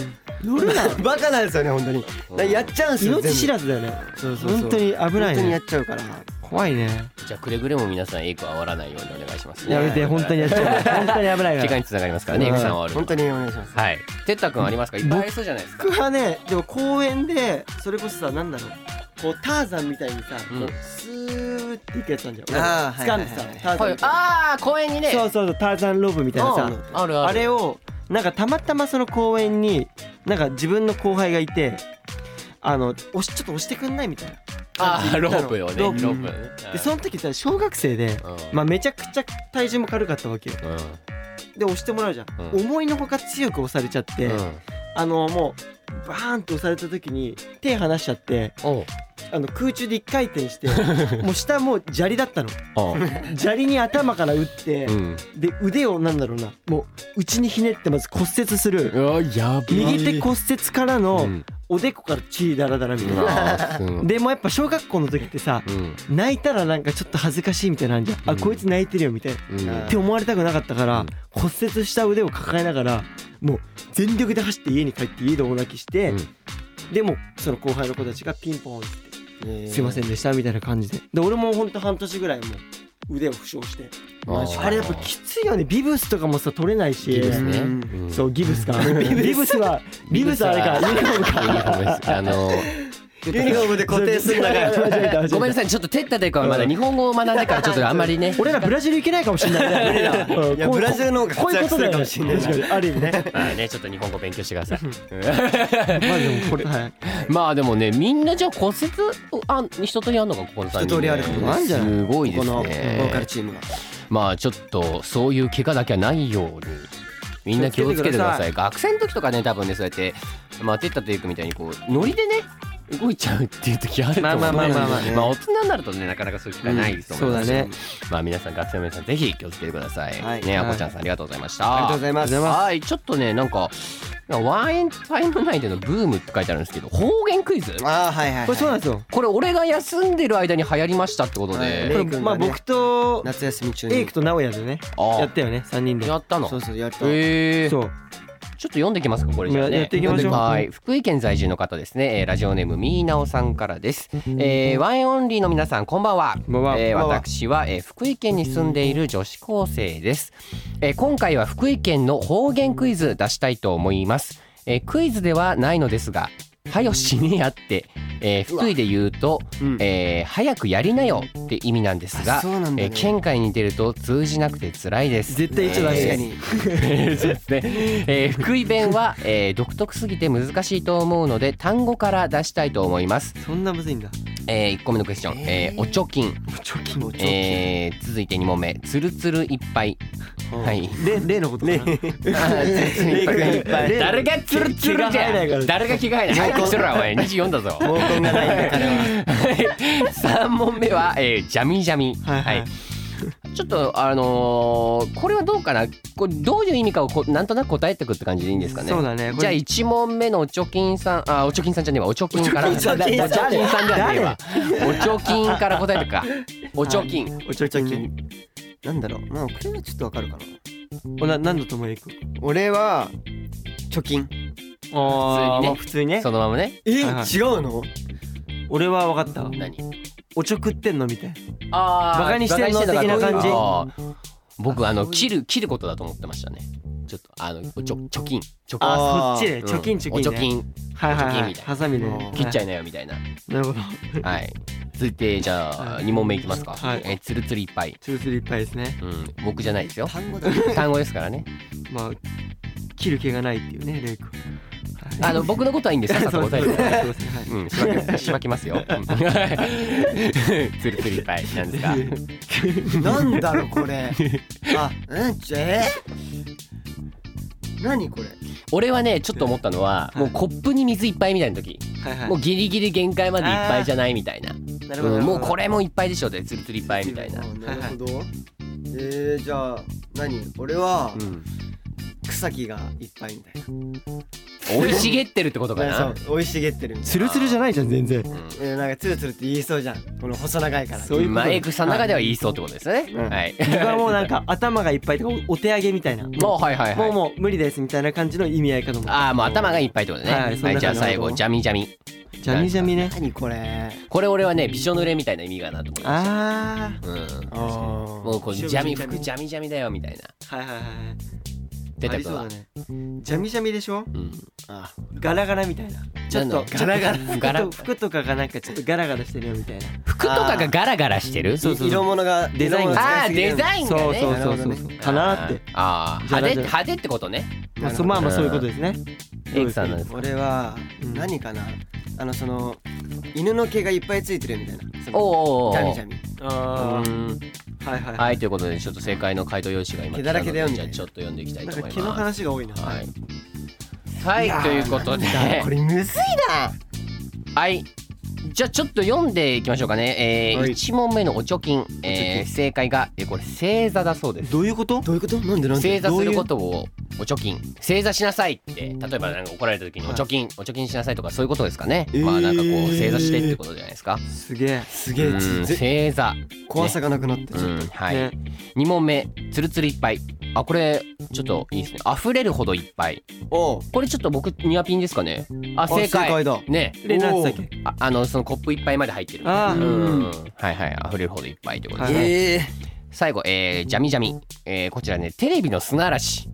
Speaker 2: バカなんですよね本当にだからやっちゃうんですよ
Speaker 1: 命知
Speaker 2: ら
Speaker 1: らずだよね
Speaker 2: そうそうそう
Speaker 1: 本当に危ない
Speaker 2: 本当にや
Speaker 1: ね
Speaker 2: っちゃうから
Speaker 1: 怖いね
Speaker 3: じゃあくれぐれも皆さんエイクを煽らないようにお願いしますね
Speaker 1: やめて本当にやっちゃう本当に危ないか
Speaker 3: 時
Speaker 1: ら
Speaker 3: 間につながりますからねエイクさんは煽る
Speaker 2: 本当にお願いします
Speaker 3: はいてったくんありますかいっぱいありそうじゃないですか
Speaker 1: 僕はねでも公園でそれこそさなんだろうこうターザンみたいにさ、
Speaker 3: うん
Speaker 1: こうスーっていくやつなんじゃん
Speaker 2: あー
Speaker 1: 掴んでさ、
Speaker 2: はいはいはい
Speaker 1: ターザンみたいな
Speaker 3: ああ公園にね
Speaker 1: そうそうそうターザンロブみたいなさ、
Speaker 2: うん
Speaker 3: あるある
Speaker 1: あれをなんかたまたまその公園になんか自分の後輩がいてあの押しちょっと押してくんないみたいな
Speaker 3: あーロープをね
Speaker 1: ロ
Speaker 3: ロ
Speaker 1: ープ
Speaker 3: ープね
Speaker 1: でその時さ小学生で、
Speaker 3: うん
Speaker 1: まあ、めちゃくちゃ体重も軽かったわけよ
Speaker 3: うん
Speaker 1: で押してもらうじゃん、
Speaker 3: うん
Speaker 1: 思いのほか強く押されちゃって、
Speaker 3: うん
Speaker 1: あのもうバーンと押された時に手離しちゃって
Speaker 3: おう
Speaker 1: あの空中で一回転して もう下もう砂利だったの
Speaker 3: おう
Speaker 1: 砂利に頭から打って、
Speaker 3: うん
Speaker 1: で腕をなんだろうなもう内にひねってまず骨折する
Speaker 3: うわやばい
Speaker 1: 右手骨折から
Speaker 3: う
Speaker 1: の
Speaker 3: ん
Speaker 1: おでこから血だらだら みたいうな、
Speaker 3: わーすごい
Speaker 1: でもやっぱ小学校の時ってさ
Speaker 3: うん
Speaker 1: 泣いたらなんかちょっと恥ずかしいみたいなんじゃん、
Speaker 3: う
Speaker 1: あ
Speaker 3: ん
Speaker 1: こいつ泣いてるよみたいな、
Speaker 3: うん
Speaker 2: あ
Speaker 1: って思われたくなかったから、
Speaker 3: うん
Speaker 1: 骨折した腕を抱えながらもう全力で走って家に帰って家で大泣きして、
Speaker 3: うん
Speaker 1: でもうその後輩の子たちがピンポンって「すいませ
Speaker 2: ん
Speaker 1: んでした」みたいな感じでで俺もほんと半年ぐらいもう腕を負傷して
Speaker 3: マジか
Speaker 1: あれやっぱきついよねビブスとかもさ取れないし
Speaker 3: ギブスね
Speaker 2: うん
Speaker 3: うん
Speaker 1: そうギブスかビブスはビブスはあれかユニフォームか
Speaker 3: あ の
Speaker 2: ユニフォームで固定するんだから
Speaker 1: ら
Speaker 3: ごめんなさいちょっとテッタでかはまだ日本語を学んでからちょっとあんまり ね
Speaker 1: 俺らブラジル行けないかもしれないねうん
Speaker 2: いや
Speaker 1: こう
Speaker 2: ブラジルの方が
Speaker 1: こう
Speaker 2: 活
Speaker 1: いう
Speaker 2: 躍
Speaker 1: こと
Speaker 2: す
Speaker 1: だ
Speaker 2: る
Speaker 1: よ
Speaker 2: かも
Speaker 1: ね
Speaker 2: しれない
Speaker 1: 確かにある意味ね
Speaker 3: まあねちょっと日本語勉強してください
Speaker 1: まあでもこれはい
Speaker 3: まあでもねみんなじゃあ骨折をあ人とやるのかここの3人ね
Speaker 2: 一通りあるかも
Speaker 1: ねあんじゃない
Speaker 3: すごいで
Speaker 2: こ
Speaker 3: す
Speaker 2: のボーカル
Speaker 3: ね
Speaker 2: チームは
Speaker 3: まあちょっとそういう怪我だけはないようにみんな気をつけてください学生の時とかね多分ねそうやってまあてったというかみたいにこうノリでね動いちゃうっていう時あると思うんで
Speaker 1: まあまあまあまあ
Speaker 2: ね
Speaker 3: まあ大人になるとねなかなかそういう機会ないと思いますし
Speaker 1: うんそうだね
Speaker 3: まあ皆さん学生の皆さんぜひ気をつけてください、
Speaker 2: はい
Speaker 3: ねあこちゃんさんありがとうございました、
Speaker 2: ありがとうございます
Speaker 3: はいちょっとねなんかワインタイム内でのブームって書いてあるんですけど方言クイズ
Speaker 2: ああはいはいはい
Speaker 1: これそうなんですよ
Speaker 3: これ俺が休んでる間に流行りましたってことで、
Speaker 2: はい
Speaker 1: こ
Speaker 2: レ
Speaker 1: れ
Speaker 2: イ君がね
Speaker 1: まあ僕と
Speaker 2: 夏休み中に
Speaker 1: エイクと直哉でね
Speaker 3: ああ
Speaker 1: やったよね3人で
Speaker 3: やったの
Speaker 2: そうそうやると
Speaker 3: へえ
Speaker 1: そう
Speaker 3: ちょっと読んできますかこれじゃあね
Speaker 1: やっていきましょう
Speaker 3: はい福井県在住の方ですねえーラジオネームみーなおさんからです、えー、ワインオンリーの皆さんこんばんは
Speaker 1: こんばんは
Speaker 3: えー
Speaker 2: こんばんは
Speaker 3: 私は、えー福井県に住んでいる女子高生です、えー今回は福井県の方言クイズ出したいと思います、えークイズではないのですがはよしにやって、えー福井で言うと
Speaker 2: うん
Speaker 3: えー早くやりなよって意味なんですが
Speaker 2: あそうなんだね
Speaker 3: えー県外に出ると通じなくて辛いです
Speaker 1: 絶対言っちゃダメ
Speaker 2: 確
Speaker 1: で
Speaker 2: か
Speaker 1: す
Speaker 2: に
Speaker 3: えーそうですね、えー福井弁は、えー独特すぎて難しいと思うので単語から出したいと思います、
Speaker 1: そんなむずいんだ
Speaker 3: え1個目のクエスチョン、えーおちょきん、
Speaker 2: 貯金貯
Speaker 3: えー続いて2問目つるつるいっぱいはい
Speaker 1: 例例のことかな
Speaker 2: レイ君いっぱい
Speaker 3: 誰がつるつ
Speaker 1: 気
Speaker 3: るじ
Speaker 1: が入らな
Speaker 3: ゃ
Speaker 1: いから
Speaker 3: ん誰が着替えない早くしろよお前24だぞ
Speaker 2: 毛根がないんだから
Speaker 3: 3問目は、えー、ジャミジャミ
Speaker 1: はいはい
Speaker 3: ちょっとあのーこれはどうかなこれどういう意味かをこうなんとなく答えてくって感じでいいんですかね
Speaker 1: そうだねこれ
Speaker 3: じゃあ1問目のおちょきんさんあおちょきんさんじゃねえわおちょきんから
Speaker 1: おちょきんさん
Speaker 3: おちょきんさんじゃねえわおちょきんから答えてくかおちょきん
Speaker 1: おちょきん
Speaker 2: なんだろうまあこれはちょっとわかるかな
Speaker 1: おな何度ともエイク
Speaker 2: 俺は貯金
Speaker 1: あ
Speaker 3: ー
Speaker 1: 普通にね
Speaker 3: そのままね
Speaker 2: え
Speaker 1: はいはい
Speaker 2: 違うの
Speaker 1: 俺は分かった
Speaker 3: 何
Speaker 1: おちょくってんのみたいな
Speaker 3: あ
Speaker 1: バカにしてんの的な感じ
Speaker 3: 僕あの切る切ることだと思ってましたねちょっとあのちょ貯金貯金
Speaker 1: あ
Speaker 2: あー
Speaker 1: あそっちで貯金貯金
Speaker 3: うんお貯
Speaker 1: ね
Speaker 3: 金
Speaker 1: はいはいは
Speaker 3: 貯金み
Speaker 1: い
Speaker 3: たいな
Speaker 1: ハサミで
Speaker 2: うん
Speaker 3: 切っちゃい
Speaker 1: い
Speaker 3: なよみたいな
Speaker 1: なるほど
Speaker 3: はい続いてじゃあ
Speaker 1: はい
Speaker 3: 二問目いきますか
Speaker 1: はい
Speaker 3: えつるつるいっぱい
Speaker 1: ツースリーいっぱいですね
Speaker 3: うん僕じゃないですよ
Speaker 2: 単語だ
Speaker 3: 単語ですからね
Speaker 1: まあ切る気がないっていうねレイ君
Speaker 3: あの僕のことはいいんですさっさと答えてください
Speaker 1: そうですねはい
Speaker 3: うん、しばき ますしばきますよ。 うんつるつるいっぱいなんですか。
Speaker 2: なんだろうこれあうんちょえ何これ
Speaker 3: 俺はね、ちょっと思ったのは、
Speaker 1: い
Speaker 3: もうコップに水いっぱいみたいな時、
Speaker 1: はいはい
Speaker 3: もうギリギリ限界までいっぱいじゃないみたいな。
Speaker 1: なるほど
Speaker 3: うんもうこ
Speaker 1: れ
Speaker 3: れもいっぱいでしょで、つるつるいっぱいみたいな
Speaker 2: あ。なるほどえー、じゃあ何俺は
Speaker 3: うん、
Speaker 2: 草木がいっぱいみたい
Speaker 3: 生い茂ってるってことか
Speaker 2: な
Speaker 3: な。
Speaker 2: そう生い茂ってるみたい
Speaker 1: ツルツルじゃないじゃん全然
Speaker 3: う、
Speaker 2: なえーなんかツルツルって言いそうじゃんこの細長いから
Speaker 1: そういうんこと
Speaker 3: まあ、エイクさんの中では言いそうってことですね。
Speaker 2: うん
Speaker 3: はい。
Speaker 1: 僕はもうなんか頭がいっぱいとかおお手上げみたいな
Speaker 3: も
Speaker 1: も
Speaker 3: う、はいはいう
Speaker 1: も
Speaker 3: は
Speaker 1: う
Speaker 3: い。
Speaker 1: もう無理ですみたいな感じの意味合いかと思った
Speaker 3: ああ、もう頭がいっぱいってことね。
Speaker 1: はいそんな
Speaker 3: はい、じゃあ、最
Speaker 1: なるほ
Speaker 3: 後、
Speaker 1: ど
Speaker 3: ジャミジャミ。
Speaker 1: ジャミジャミね
Speaker 2: 何これ
Speaker 3: これ、俺はね、びしょ濡れみたいな意味かなと思いま
Speaker 1: あ
Speaker 3: した。うん。
Speaker 2: あー
Speaker 3: もうこうジャミ服ジャミジャミだよみたいな
Speaker 1: あはいはいはいはい
Speaker 3: 出
Speaker 1: あ
Speaker 3: て
Speaker 1: り
Speaker 3: く
Speaker 1: そう
Speaker 3: わ
Speaker 1: だねジャミジャミでしょ
Speaker 3: うん
Speaker 2: あ
Speaker 1: ガラガラみたいなちょっ
Speaker 3: なん
Speaker 1: と
Speaker 3: だ
Speaker 2: ガラガ
Speaker 1: ち
Speaker 2: ラ
Speaker 1: ょっと
Speaker 3: ガラ
Speaker 1: 服とかがなんかちょっとガラガラしてるよみたいな
Speaker 3: 服とかがガラガラしてる
Speaker 1: そうそう
Speaker 2: 色物が
Speaker 1: デザインが
Speaker 3: ああ
Speaker 2: 色
Speaker 3: デ
Speaker 2: 物が
Speaker 3: ザインがね
Speaker 1: そうそう
Speaker 2: なる
Speaker 1: そ
Speaker 2: ほ
Speaker 1: う
Speaker 2: ど
Speaker 1: そう
Speaker 2: ね
Speaker 1: そうかなって
Speaker 3: ああ派手
Speaker 1: じゃあ
Speaker 3: 派手ってことね
Speaker 1: まあ
Speaker 2: なるほ
Speaker 1: そ
Speaker 2: ど
Speaker 1: まあまあそういうことですね
Speaker 3: エイクさんなんです
Speaker 2: 俺は
Speaker 1: うん
Speaker 2: 何かなあのその犬の毛がいっぱいついてるみたいなその
Speaker 3: おお
Speaker 2: ジャミジャミ
Speaker 1: ああはいはい
Speaker 3: はいということでちょっと正解の回答用紙が今
Speaker 2: 毛だらけだよ
Speaker 3: 来たので
Speaker 2: み
Speaker 3: じゃあち
Speaker 2: たいな
Speaker 3: ょっと読んでいきたい
Speaker 1: な
Speaker 3: と
Speaker 1: ん
Speaker 3: 思
Speaker 1: か
Speaker 3: い
Speaker 1: 毛の
Speaker 3: ます
Speaker 1: 話が多いな
Speaker 3: はいはいということで
Speaker 2: これむずいな
Speaker 3: はいじゃあちょっと読んでいきましょうかね、えー
Speaker 2: はい
Speaker 3: 1問目のお貯金、えー正解が、えーこれ正座だそうです
Speaker 1: どういうこと
Speaker 2: どういうことなんでなんで
Speaker 3: 正座する
Speaker 2: どういう
Speaker 3: ことをお貯金正座しなさいって例えばなんか怒られた時にお貯金、お貯金しなさいとかそういうことですかね、
Speaker 2: えー
Speaker 3: まあなんかこう正座してってことじゃないですか、
Speaker 1: すげえ
Speaker 2: す
Speaker 3: う
Speaker 2: げえ
Speaker 3: ん
Speaker 2: ぜ
Speaker 3: 正座
Speaker 2: 怖さがなくなった
Speaker 3: う
Speaker 2: ちょっ
Speaker 3: んはい、
Speaker 1: ね
Speaker 3: 2問目つるつるいっぱいあこれちょっといいですね溢れるほどいっぱい
Speaker 2: とおう
Speaker 3: これちょっと僕ニアピンですかねあ
Speaker 2: あ
Speaker 3: 正解
Speaker 2: だ
Speaker 3: ね
Speaker 1: でなんつったっけ
Speaker 3: ああのそのコップいっぱいまで入ってる
Speaker 1: あー
Speaker 3: うんはいはい溢れるほどいっぱいってことですね、
Speaker 1: はい
Speaker 2: ええ
Speaker 3: 最後、えー、ジャミジャミ、えー、こちらねテレビの砂嵐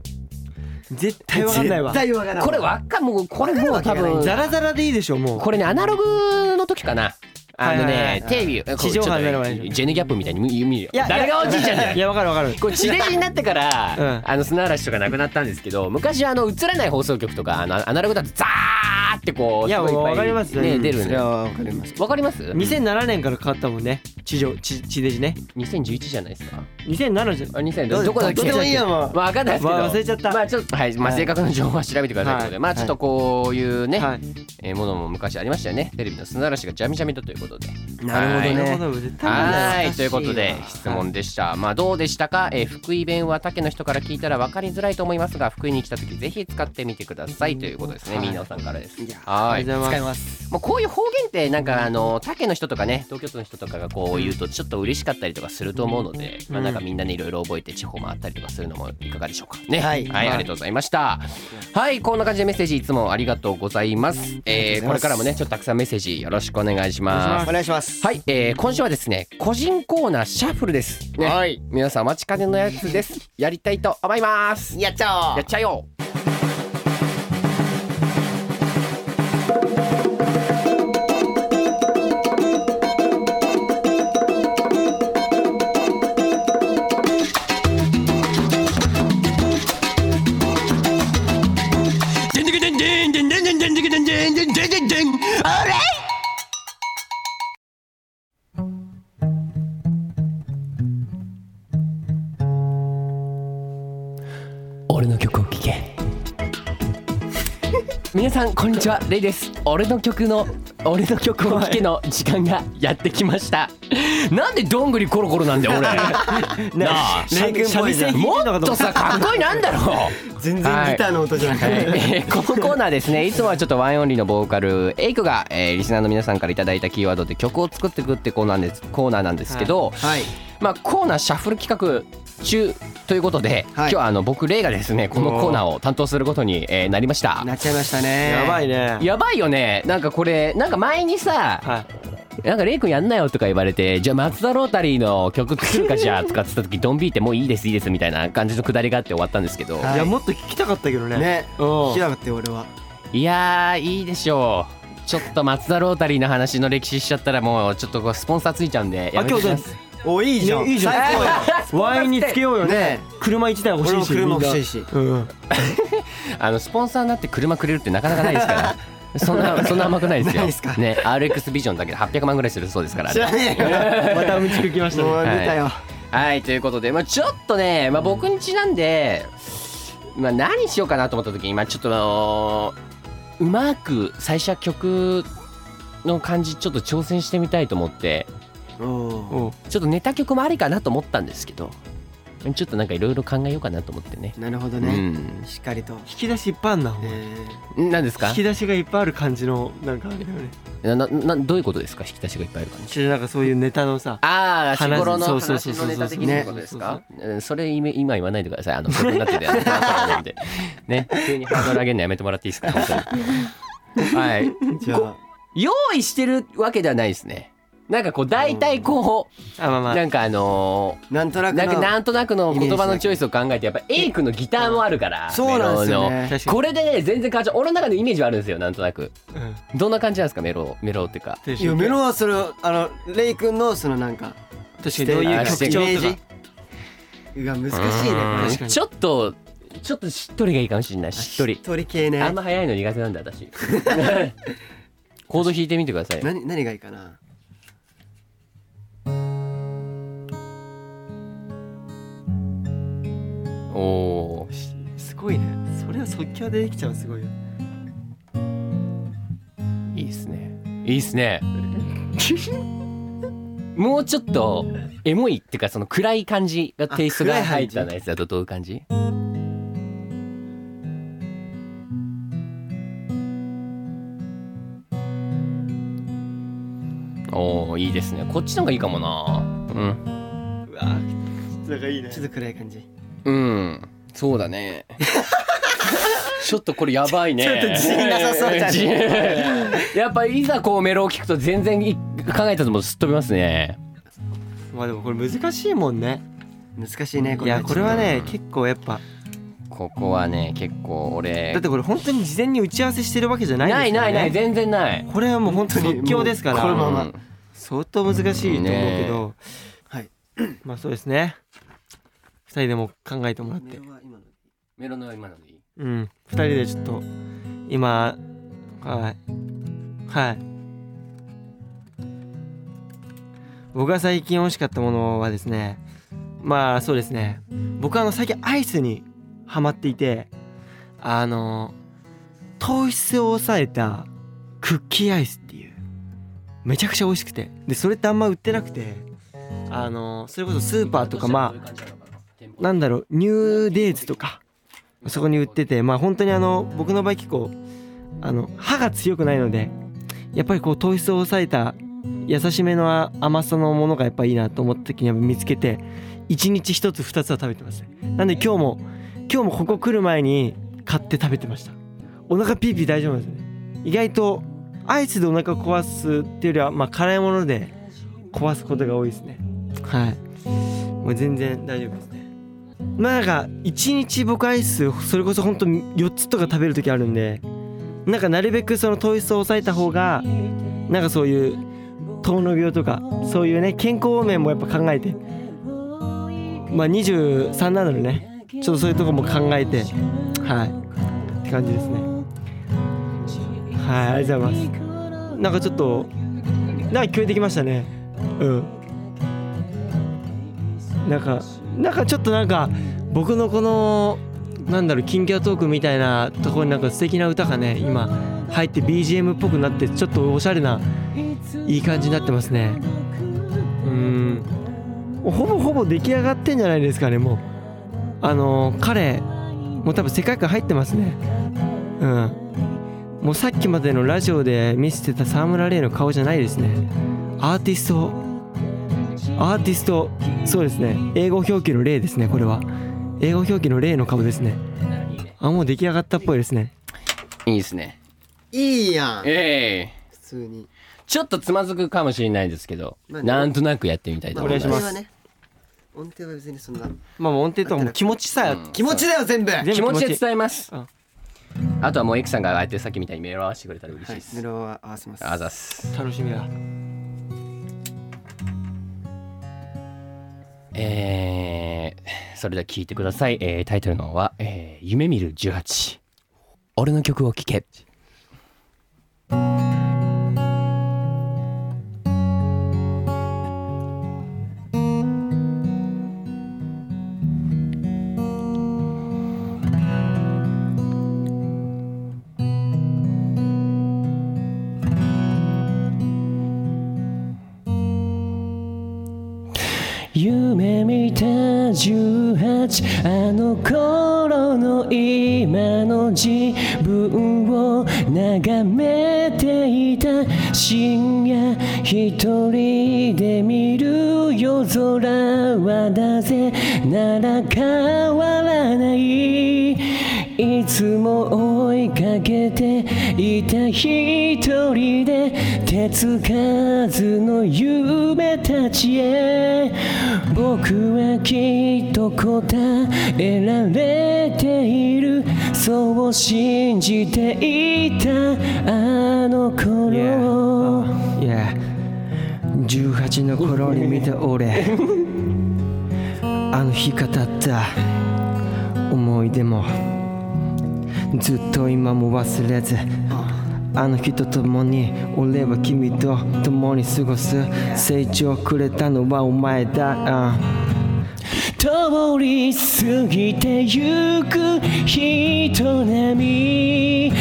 Speaker 1: 絶対わかんないわ
Speaker 2: 絶対わからん
Speaker 3: これわっかもうこれもう多分
Speaker 1: ザラザラでいいでしょもう
Speaker 3: これねアナログの時かなあのね、
Speaker 1: はいはいはい
Speaker 3: テレビ
Speaker 1: 地上波
Speaker 3: ちょっと
Speaker 1: になる前に
Speaker 3: ジェネギャップみたいに見見るよ
Speaker 1: いや
Speaker 3: 誰がおじいちゃんだ
Speaker 1: い
Speaker 3: よ
Speaker 1: やわかるわかる
Speaker 3: これ地デジになってから、
Speaker 1: うん
Speaker 3: あの砂嵐とかなくなったんですけど昔はあの映らない放送局とかあのアナログだとザーってこう
Speaker 1: いや
Speaker 3: すごぱ
Speaker 1: わかりますよ
Speaker 3: ね
Speaker 1: うん
Speaker 3: 出る
Speaker 2: それ
Speaker 3: ね
Speaker 2: はわかります
Speaker 3: わかります
Speaker 1: 2007年から変わったもんね地上地地デジね
Speaker 3: 2011じゃないですか
Speaker 1: 2007じゃ
Speaker 3: あ2000
Speaker 2: ど
Speaker 3: どこだっ
Speaker 2: ど
Speaker 3: け
Speaker 2: うでもいいやもう
Speaker 3: わかんないですけど、
Speaker 1: わ忘れちゃった
Speaker 3: まあちょっとはい、まあ、
Speaker 1: はい
Speaker 3: 正確な情報は調べてくださいということで、
Speaker 1: はい
Speaker 3: まあちょっとこういうね、
Speaker 1: はい
Speaker 3: えーものも昔ありましたよねテレビの砂嵐がジャミジャミだということで
Speaker 2: なるほど
Speaker 1: な
Speaker 2: ね
Speaker 1: るほど絶対わかんないわ
Speaker 3: はい
Speaker 2: 難しいわ
Speaker 3: ということで質問でした、まあどうでしたか、えー福井弁は他県の人から聞いたら分かりづらいと思いますが福井に来た時ぜひ使ってみてくださいということですね、
Speaker 1: はい
Speaker 3: みーなおさんからです
Speaker 2: いや
Speaker 3: は
Speaker 1: あり
Speaker 3: い
Speaker 1: がとうございます
Speaker 2: す
Speaker 3: もうこういう方言ってなんかあの他県の人とかね東京都の人とかがこう言うとちょっと嬉しかったりとかすると思うので、まあ、
Speaker 1: うん
Speaker 3: なんかみんなねいろいろ覚えて地方回ったりとかするのもいかがでしょうかね
Speaker 2: はい
Speaker 3: はい、ありがとうございましたはいこんな感じでメッセージいつもありがとうございますえーこれからもねちょっとたくさんメッセージよろしくお願いします
Speaker 2: お願いします
Speaker 3: はい、えー、今週はですね個人コーナーシャッフルです、ね、
Speaker 2: はい
Speaker 3: 皆さんお待ちかねのやつ ですやりたいと思います
Speaker 2: やっちゃ
Speaker 3: や
Speaker 2: お
Speaker 3: っ
Speaker 2: う
Speaker 3: ちゃえよう俺の曲を聴け皆さんこんにちはレイです俺の曲の俺の曲を聴けの時間がやってきましたなんでどんぐりコロコロなんだよ俺なあ
Speaker 2: レイ君っぽいじゃん
Speaker 3: もっとさかっこいいなんだろう
Speaker 2: 全然ギターの音じゃなくて
Speaker 3: え ーこのコーナーですねいつもはちょっとワンオンリーのボーカルエイクが、えーリスナーの皆さんからいただいたキーワードで曲を作っていくってコーナーですコーナーなんですけど、
Speaker 2: はい
Speaker 3: まあ、コーナーシャッフル企画中ということで、今
Speaker 2: はい
Speaker 3: 日はあの僕レイがですねこのコーナーを担当することに、えーなりました
Speaker 2: なっちゃいましたね
Speaker 1: やばいね
Speaker 3: やばいよねなんかこれなんか前にさ、
Speaker 1: は
Speaker 3: なんかレイ君やんなよとか言われてじゃあ松田ロータリーの曲作るかじゃあとかって言った時ドンビーってもういいですいいですみたいな感じのくだりがあって終わったんですけど、
Speaker 2: はい
Speaker 1: いやもっと聞きたかったけどね
Speaker 2: ね
Speaker 1: うん
Speaker 2: 聞きたかったよ俺はい
Speaker 3: やーいいでしょうちょっと松田ロータリーの話の歴史しちゃったらもうちょっとこうスポンサーついちゃうんでやめときます
Speaker 2: おいいじゃん
Speaker 1: ねいいじゃん
Speaker 2: 最高よ
Speaker 1: ワインにつけようよね
Speaker 2: ね
Speaker 1: 車一台欲
Speaker 2: 俺
Speaker 1: しい
Speaker 2: も
Speaker 1: し
Speaker 2: 車欲し
Speaker 1: み
Speaker 2: いし
Speaker 1: んなうん
Speaker 3: あのスポンサーになって車くれるってなかなかないですから そんなそんな甘くないですよ
Speaker 2: ない ですか
Speaker 3: ね RX ビジョンだけで800万ぐらいするそうですからあ
Speaker 2: 知
Speaker 3: れ
Speaker 2: らねえよ
Speaker 1: またうんちくきました
Speaker 2: もう
Speaker 1: ね
Speaker 2: 見たよ
Speaker 3: はいということで、まあ、ちょっとね、まあ、僕んちなんで、まあ、何しようかなと思った時に、まあ、ちょっとあのーうまく最初は曲の感じちょっと挑戦してみたいと思って
Speaker 2: お
Speaker 1: おう
Speaker 3: ちょっとネタ曲もありかなと思ったんですけどちょっとなんかいろいろ考えようかなと思ってね
Speaker 2: ーなるほど
Speaker 3: う
Speaker 2: ね
Speaker 3: ん
Speaker 2: しっかりと
Speaker 1: 引き出しいっぱいあんなお前
Speaker 2: え
Speaker 3: 何ですか
Speaker 1: 引き出しがいっぱいある感じのなんかあれだよね
Speaker 3: なななどういうことですか引き出しがいっぱいある感じ
Speaker 1: ちょっとなんかそういうネタのさ
Speaker 3: ああ、日
Speaker 1: 話す
Speaker 3: 頃の
Speaker 1: そうそうそ
Speaker 3: 話
Speaker 1: う
Speaker 3: の
Speaker 1: そう
Speaker 3: ネタ的なことですか
Speaker 1: ね。
Speaker 3: うんそれ今今言わないでください。あの、僕になってて、あの話さないでね、急にハードル上げるのやめてもらっていいですか。本当にはい、
Speaker 2: ーじゃあ
Speaker 3: 用意してるわけではないですね。なんかこう、大体こ
Speaker 1: あまあ
Speaker 3: う、
Speaker 1: ま
Speaker 3: な
Speaker 1: あ
Speaker 3: んかあの
Speaker 2: なんとな
Speaker 3: ー。
Speaker 2: く
Speaker 3: なんか
Speaker 2: の
Speaker 3: なんとなくの言葉のチョイスを考えてやっぱ A 君のギターもあるから
Speaker 2: そうなんです
Speaker 3: メ
Speaker 2: よ
Speaker 3: ロ
Speaker 2: ね
Speaker 1: 確
Speaker 3: の
Speaker 1: か
Speaker 3: これでね全然変わっちゃう俺の中でイメージはあるんですよなんとなく
Speaker 1: にうん
Speaker 3: どんな感じなんですかメロメロっていうか
Speaker 1: テン
Speaker 2: い
Speaker 1: ショ
Speaker 2: や
Speaker 1: ン
Speaker 2: メロはそれあのレイ君のそのなんか
Speaker 1: 確かにどういう曲
Speaker 2: イメー
Speaker 1: 調と
Speaker 2: ジ
Speaker 1: か
Speaker 2: が難しい
Speaker 3: うん
Speaker 2: ね
Speaker 1: 確かに
Speaker 3: ちょっとちょっとしっとりがいいかもしれないしっとり
Speaker 2: 鳥系ね
Speaker 3: あんま早いの苦手なんだ私 コード弾いてみてください
Speaker 2: 何何がいいかな
Speaker 3: おおー
Speaker 1: すごいねそれは即興でできちゃうすごいよ
Speaker 3: いいですねいいですね もうちょっとエモいっていうかその暗い感じがテイストが
Speaker 2: あ暗い感
Speaker 3: 入っ
Speaker 2: じ
Speaker 3: たやつだとどういう感じおおいいですねこっちの方がいいかもなうん
Speaker 1: うわなんかいいね
Speaker 2: ちょっと暗い感じ
Speaker 3: うん、そうだね。 ちょっとこれやばいね。
Speaker 2: ちょっと自信なさそうだ
Speaker 3: やっぱいざこうメロを聞くと全然い考えたのもすっ飛びますね。
Speaker 1: まあでもこれ難しいもんね
Speaker 2: 難しいねこ
Speaker 1: い
Speaker 2: れ
Speaker 1: やこれはね
Speaker 3: うん
Speaker 1: 結構やっぱ
Speaker 3: ここはね結構俺
Speaker 1: だってこれ本当に事前に打ち合わせしてるわけじゃないです
Speaker 3: ない
Speaker 1: から
Speaker 3: な
Speaker 1: ね
Speaker 3: いない全然ない。
Speaker 1: これはもう本当に
Speaker 2: 本当に
Speaker 1: 即興ですか
Speaker 2: もうこれ
Speaker 1: ら
Speaker 2: もまあ
Speaker 3: うん
Speaker 1: 相当難しいと思うけど
Speaker 2: はい
Speaker 1: まあそうですね二人でも考えてもらって
Speaker 2: は今の
Speaker 3: メロの今のでいい。
Speaker 1: うん二人でちょっと今はいはい僕が最近美味しかったものはですねまあそうですね僕はあの最近アイスにハマっていてあの糖質を抑えたクッキーアイスっていうめちゃくちゃ美味しくてでそれってあんま売ってなくてあのそれこそスーパーとかまあ
Speaker 3: あ
Speaker 1: なんだろうニューデイズとかそこに売っててまあ本当にあの僕の場合結構あの歯が強くないのでやっぱりこう糖質を抑えた優しめのあ甘さのものがやっぱいいなと思った時には見つけて1日1つ2つは食べてますねなんで今日も今日もここ来る前に買って食べてましたお腹ピーピー大丈夫なんですよね意外とアイスでお腹壊すっていうよりはまあ辛いもので壊すことが多いですねはいもう全然大丈夫ですねまあなんか一日僕アイスそれこそほんと4つとか食べる時あるんでなんかなるべくその糖質を抑えた方がなんかそういう糖尿病とかそういうね健康面もやっぱ考えてまあ23なのでねちょっとそういうとこも考えてはいって感じですねはいありがとうございますなんかちょっとなんか聞こえてきましたねうんなんかなんかちょっとなんか僕のこのなんだろう近況トークみたいなところになんか素敵な歌がね今入って BGM っぽくなってちょっとおしゃれないい感じになってますねうーんほぼほぼ出来上がってんじゃないですかねもうあのー彼もう多分世界観入ってますねうんもうさっきまでのラジオで見せてた沢村玲の顔じゃないですねアーティストアーティストそうですね英語表記の例ですねこれは英語表記の例の株ですねあもう出来上がったっぽいですね
Speaker 3: いいですね。
Speaker 2: いいやん
Speaker 3: ええ
Speaker 2: 普通に
Speaker 3: ちょっとつまずくかもしれないですけど、
Speaker 2: まあ
Speaker 3: なんとなくやってみたいと思います。
Speaker 1: お願いしま
Speaker 2: 音程は
Speaker 1: す
Speaker 2: ね音程は別にそんな
Speaker 1: まあもう音程とはもう気持ちさ、
Speaker 3: うん
Speaker 2: 気持ちだよ全部
Speaker 1: 全
Speaker 3: 気
Speaker 1: 部
Speaker 3: 持ちで伝えます。
Speaker 1: うん
Speaker 3: あとはもうエクさんがああやってさっきみたいにメールを合わせてくれたら嬉しい
Speaker 2: は
Speaker 3: で
Speaker 2: い
Speaker 3: す。
Speaker 2: メロは合わせます
Speaker 3: あざっす。
Speaker 1: 楽しみだ
Speaker 3: えー、それでは聞いてください。えー、タイトルの方は、えー夢見る18。俺の曲を聴け。夢見た18あの頃の今の自分を眺めていた深夜一人で見る夜空はなぜなら変わらないいつも追いかけていた一人で手つかずの夢たちへ僕はきっと答えられているそう信じていたあの頃
Speaker 1: Yeah. いや18の頃に見た俺 あの日語った思い出もずっと今も忘れずあの日と共に俺は君と共に過ごす成長をくれたのはお前だ、うん
Speaker 3: 通り過ぎてゆく人並み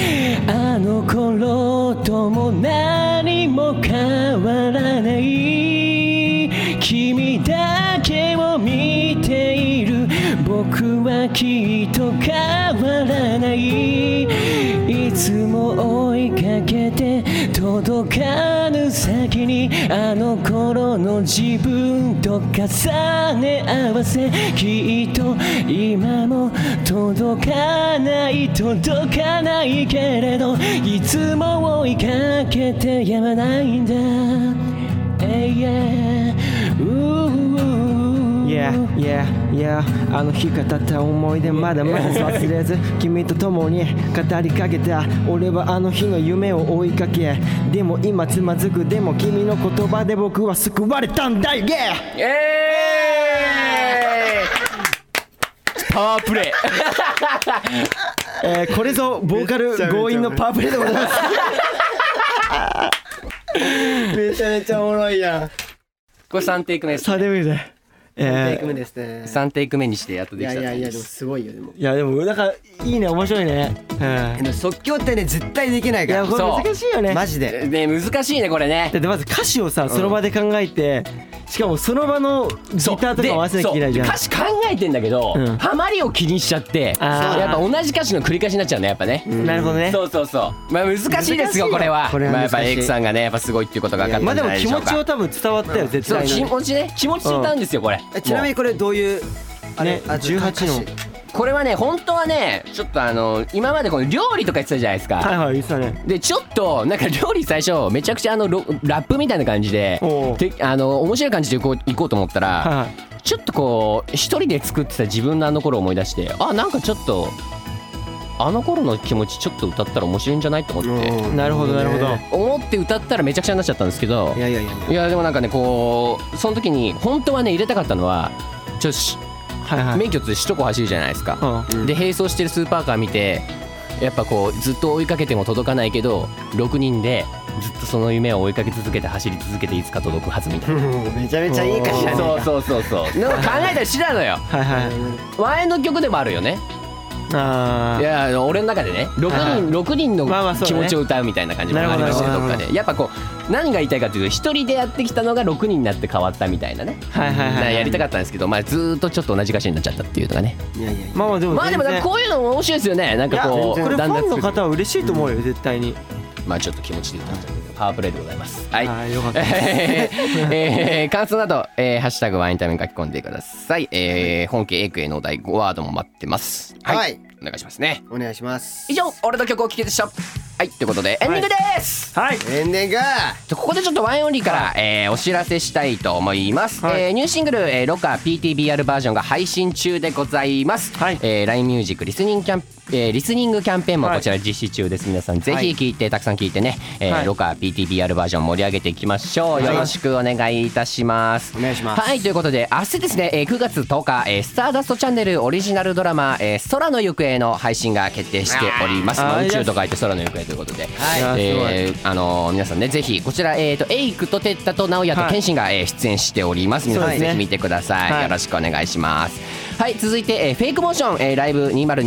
Speaker 3: あの頃とも何も変わらない君だけを見ている僕はきっと変わらないいつも追いかけて届かぬ先にあの頃の自分と重ね合わせきっと今も届かない届かないけれどいつも追いかけてやまないんだ Hey, yeah. Ooh.
Speaker 1: Yeah, yeah, yeah あの日語った思い出まだまだ忘れず君と共に語りかけた俺はあの日の夢を追いかけでも今つまずくでも君の言葉で僕は救われたんだ Yeah!
Speaker 3: イエーイパワープレイ
Speaker 1: えーこれぞボーカル
Speaker 2: めっちゃめちゃ
Speaker 1: 強引のパープレでございます
Speaker 2: めちゃめちゃおもろいやん
Speaker 3: これ3テイク目です
Speaker 1: さあデビューで
Speaker 2: テイ
Speaker 1: え
Speaker 2: ク目ですね
Speaker 3: 3テイク目にしてやっと
Speaker 2: い
Speaker 3: でき
Speaker 2: や
Speaker 3: た
Speaker 2: いやいやで
Speaker 3: と思
Speaker 2: も
Speaker 3: ます
Speaker 2: すごいよでも
Speaker 1: ーいやでもなんかいいね面白いね
Speaker 2: でも即興ってね絶対できない
Speaker 1: うんい
Speaker 2: か
Speaker 1: やこれ
Speaker 3: そう
Speaker 1: 難しいよね
Speaker 2: らマ
Speaker 1: だ
Speaker 2: ジで
Speaker 3: ね難しいねこれね
Speaker 1: ってまず歌詞をさその場で考えてしかもその場のギ
Speaker 3: そう
Speaker 1: ターとか合わせなきゃいけないじゃん
Speaker 3: でそう歌詞考えてんだけど、
Speaker 1: うん
Speaker 3: ハマりを気にしちゃって
Speaker 1: あー
Speaker 3: やっぱ同じ歌詞の繰り返しになっちゃうねやっぱね、
Speaker 1: なるほどね
Speaker 3: そうそうそうまあ難しいですよこれは
Speaker 2: これは
Speaker 3: まあ、やっ
Speaker 2: 難しい
Speaker 3: ぱエイクさんがねやっぱすごいっていうことが分かった
Speaker 1: まあ
Speaker 3: ん
Speaker 1: で
Speaker 3: じゃ
Speaker 1: も
Speaker 3: ないで
Speaker 1: 気
Speaker 3: しょ
Speaker 1: 持
Speaker 3: うか
Speaker 1: ちを多分伝わったよ絶
Speaker 3: そう
Speaker 1: 対
Speaker 3: 気
Speaker 1: に
Speaker 3: 持ちね気持ちで歌うんですよこれ、
Speaker 2: えちなみにこれどういうあれ
Speaker 1: ね
Speaker 2: あ
Speaker 1: 18の
Speaker 2: 歌詞
Speaker 3: これはね本当はねちょっとあの今までこの料理とか言ってたじゃないですか、
Speaker 1: はいはい言ってたね
Speaker 3: でちょっとなんか料理最初めちゃくちゃあのロラップみたいな感じで
Speaker 1: おう
Speaker 3: てあの面白い感じでいこう行こうと思ったら、
Speaker 1: はいはい
Speaker 3: ちょっとこう一人で作ってた自分のあの頃を思い出してあなんかちょっとあの頃の気持ちちょっと歌ったら面白いんじゃないと思って
Speaker 2: うん
Speaker 1: なるほどなるほど
Speaker 3: 思って歌ったらめちゃくちゃになっちゃったんですけど
Speaker 2: いやいやいや
Speaker 3: いやでもなんかねこうその時に本当はね入れたかったのはちょっとし
Speaker 1: はいはい
Speaker 3: 免許って首都高走るじゃないですか。
Speaker 1: うん
Speaker 2: うん
Speaker 3: で並走してるスーパーカー見てやっぱこうずっと追いかけても届かないけど6人でずっとその夢を追いかけ続けて走り続けていつか届くはずみたい
Speaker 2: うんめちゃめちゃいい歌詞じゃ
Speaker 3: な
Speaker 2: ね
Speaker 3: そうそうそうそうなんか考えたりしてたのよ
Speaker 1: はいはい
Speaker 3: 前の曲でもあるよね
Speaker 1: あ
Speaker 3: いや俺の中でね6人六人の
Speaker 1: まあまあそうね
Speaker 3: 気持ちを歌うみたいな感じもありましたね
Speaker 1: なる
Speaker 3: ど
Speaker 1: ほ
Speaker 3: っ
Speaker 1: ど
Speaker 3: かでやっぱこう何が言いたいかというと一人でやってきたのが6人になって変わったみたいなね
Speaker 1: あはいはい
Speaker 3: な
Speaker 1: はい
Speaker 3: やりた
Speaker 1: か
Speaker 3: かったんですけどまあずーっとちょっと同じ歌詞になっちゃったっていうのがね
Speaker 2: いやいやいや
Speaker 1: まあまあでも
Speaker 3: まあでもなんか
Speaker 1: 全然
Speaker 3: こういうのも面白いですよねなんかこ
Speaker 1: いや
Speaker 3: う
Speaker 1: これフ
Speaker 3: だんだん
Speaker 1: ァンの
Speaker 3: 作る
Speaker 1: 方は嬉しいと思うよ絶対に
Speaker 3: まあちょっと気持ちで言ったんだけどパワープレイでございます。はい。
Speaker 1: あーよかった
Speaker 3: えーえー 感想など、えーハッシュタグワインタイムに書き込んでください。えー本家 A クへのお題5ワードも待ってます。
Speaker 2: はい
Speaker 3: お願いしますね。
Speaker 2: お願いします
Speaker 3: 以上、俺の曲を聴けでした。はいということでエンディングです、
Speaker 1: はい
Speaker 2: エンディング
Speaker 3: ここでちょっとワインオンリーから、えーお知らせしたいと思います、
Speaker 1: はい
Speaker 3: えーニューシングル「えーロカ PTBR バージョン」が配信中でございます、
Speaker 1: はい
Speaker 3: えー LINE ミュージックリスニングキャンペえーリスニングキャンペーンも
Speaker 1: はい
Speaker 3: こちら実施中です、皆さんぜひ聞いてたくさん聞いてね、えー
Speaker 1: はい
Speaker 3: ロカ PTBR バージョン盛り上げていきましょうよろしくお願いいたします、
Speaker 2: お願いします
Speaker 3: はいということで明日ですね、えー9月10日、えースターダストチャンネルオリジナルドラマ「えー空の行方」の配信が決定しております、
Speaker 1: あー
Speaker 3: まあ
Speaker 1: あり
Speaker 3: 宇
Speaker 1: がとう
Speaker 3: 宙と書いて空の行方ということで、
Speaker 1: いやーすごい
Speaker 3: えーあのー皆さんねぜひこちら、えー、とエイクとテッタと直哉と
Speaker 1: はい
Speaker 3: 謙信が、えー出演しております皆さ
Speaker 1: そうんですね
Speaker 3: ぜひ見てください、
Speaker 1: はい
Speaker 3: よろしくお願いしますはい続いて、えーフェイクモーション、えーライブ 2021AW、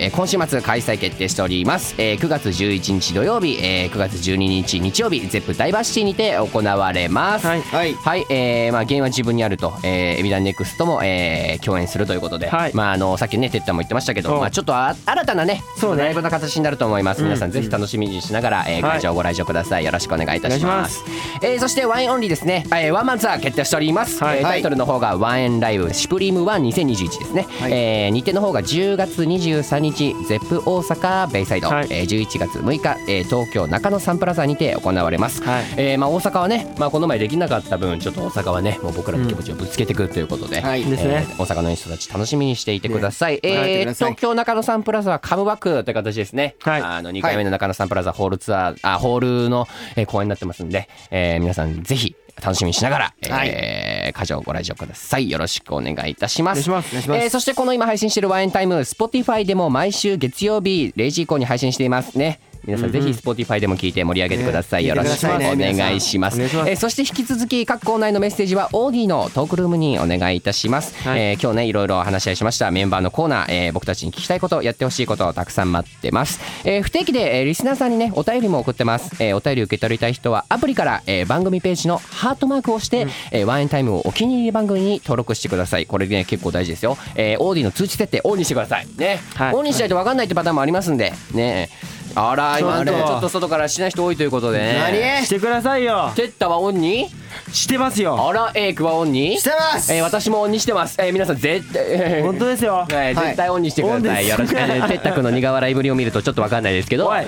Speaker 3: えー今週末開催決定しております、えー9月11日土曜日、えー9月12日日曜日ゼップダイバーシティにて行われます、
Speaker 1: はい
Speaker 2: はい
Speaker 3: はい、えー、まあ原因は自分にあると、えー、エビダンネクストも、えー、共演するということで、
Speaker 1: はい
Speaker 3: まああのさっきねテッタも言ってましたけ
Speaker 1: う
Speaker 3: ど、
Speaker 1: ん
Speaker 3: まあちょっとあ新たなね、
Speaker 1: そうね
Speaker 3: ライブの形になると思います。皆さんぜひ楽しみにしながら、えー、
Speaker 1: はい
Speaker 3: 会場をご来場ください。よろしくお願いいたし
Speaker 1: お願
Speaker 3: ま
Speaker 1: いしますす。
Speaker 3: えー、そしてワインオンリーですね、えー、ワンマンツアー決定しております、
Speaker 1: はい
Speaker 3: えータイトルの方がワンエンライブシュプリームワン2021ですね、
Speaker 2: はい
Speaker 3: えー日程の方が10月23日ゼップ大阪ベイサイド、
Speaker 1: はい
Speaker 3: えー、11月6日、えー、東京中野サンプラザにて行われます、
Speaker 1: はい
Speaker 3: えーまあ、大阪はね、まあ、この前できなかった分ちょっと大阪はねもう僕らの気持ちをぶつけてくるということで、
Speaker 2: はい
Speaker 1: ですね
Speaker 3: えー大阪の人たち楽しみにしていてください、
Speaker 2: ね頑張っ
Speaker 3: え
Speaker 2: て
Speaker 3: ー
Speaker 2: ください
Speaker 3: 東京中野サンプラザはカムバックという形ですね、
Speaker 1: はい
Speaker 3: あの2回目の中野サンプラザホールツアーあホールの、えー公演になってますんで、えー皆さんぜひ楽しみにしながら、えー
Speaker 2: は
Speaker 3: 会場をご来場くださいよろしくお願いいたしま
Speaker 1: お願い
Speaker 3: す
Speaker 1: します
Speaker 3: えーそしてこの今配信しているワインタイム Spotify でも毎週月曜日0時以降に配信していますね皆さんぜひ Spotify でも聞いて盛り上げてください、
Speaker 2: ね
Speaker 3: よろしくお
Speaker 2: 聞いてくださいね
Speaker 3: 願いします
Speaker 1: 皆さんお願いします
Speaker 3: えーそして引き続き各校内のメッセージはオーディのトークルームにお願いいたします、
Speaker 1: はい
Speaker 3: えー今日ねいろいろお話し合いしましたメンバーのコーナー、えー僕たちに聞きたいことやってほしいことをたくさん待ってます、えー不定期で、えーリスナーさんにねお便りも送ってます、えーお便り受け取りたい人はアプリから、えー番組ページのハートマークを押して、えーワンエンタイムをお気に入り番組に登録してくださいこれね結構大事ですよ、えーオーディの通知設定オンにしてくださいね、
Speaker 1: はい
Speaker 3: オンにしないと分かんないってパターンもありますんでねあら今のところちょっと外からしない人多いということでね
Speaker 2: 何
Speaker 1: してくださいよ
Speaker 3: テッタはオンに
Speaker 1: してますよ
Speaker 3: あらエイクはオンに
Speaker 2: してます
Speaker 3: えー私もオンにしてます、えー皆さん絶対、えー
Speaker 1: 本当ですよ
Speaker 3: はい、
Speaker 2: はい
Speaker 3: 絶対オンにしてくだ
Speaker 1: オ
Speaker 3: さい、
Speaker 1: ンです
Speaker 3: よろしくね 哲太君の苦笑いぶりを見るとちょっとわかんないですけど、
Speaker 1: おい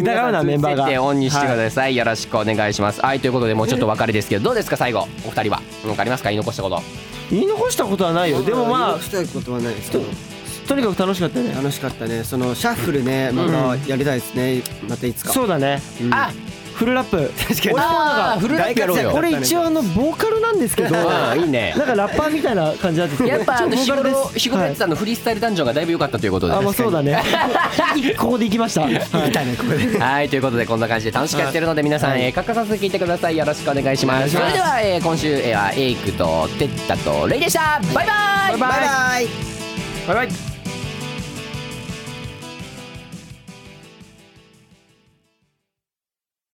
Speaker 1: 疑うなメンバーが
Speaker 3: 皆さん通知設定オンにしてください、よろしくお願いしますはいということでもうちょっとお別れですけどどうですか最後お二人は何かありますか言い残したこと
Speaker 1: 言い残したことはないよでもま
Speaker 2: 言いたいことはないですけど
Speaker 1: あとにかく楽しかったね
Speaker 2: 楽しかったねそのシャッフルねまたやりたいですねまたいつか
Speaker 1: そうだね
Speaker 2: うん
Speaker 3: あ
Speaker 1: フルラップ
Speaker 2: 確かに
Speaker 1: 俺もなん
Speaker 3: あー
Speaker 1: か
Speaker 3: フルラップやろうよ
Speaker 1: 俺一応あのボーカルなんです けど
Speaker 3: うんいいね
Speaker 1: なんかラッパーみたいな感じなんですけど
Speaker 3: やっぱあの日
Speaker 1: 一応ボーカル
Speaker 3: 頃
Speaker 1: です
Speaker 3: 日頃やっ
Speaker 1: はい
Speaker 3: てたのフリースタイルダンジョンがだいぶ良かったということで
Speaker 1: あまあそうだね ここで行きましたはい
Speaker 2: だねこれ
Speaker 3: はいということでこんな感じで楽しくやってるので皆さん、えー、欠かさず聞いてくださいよろしくお願いしますそ
Speaker 2: お願
Speaker 3: れ
Speaker 2: い
Speaker 3: で
Speaker 2: し
Speaker 3: は、えー今週、えーはエイクとテッタとレイでしたバイバイ
Speaker 2: バイバイ
Speaker 1: バイバイ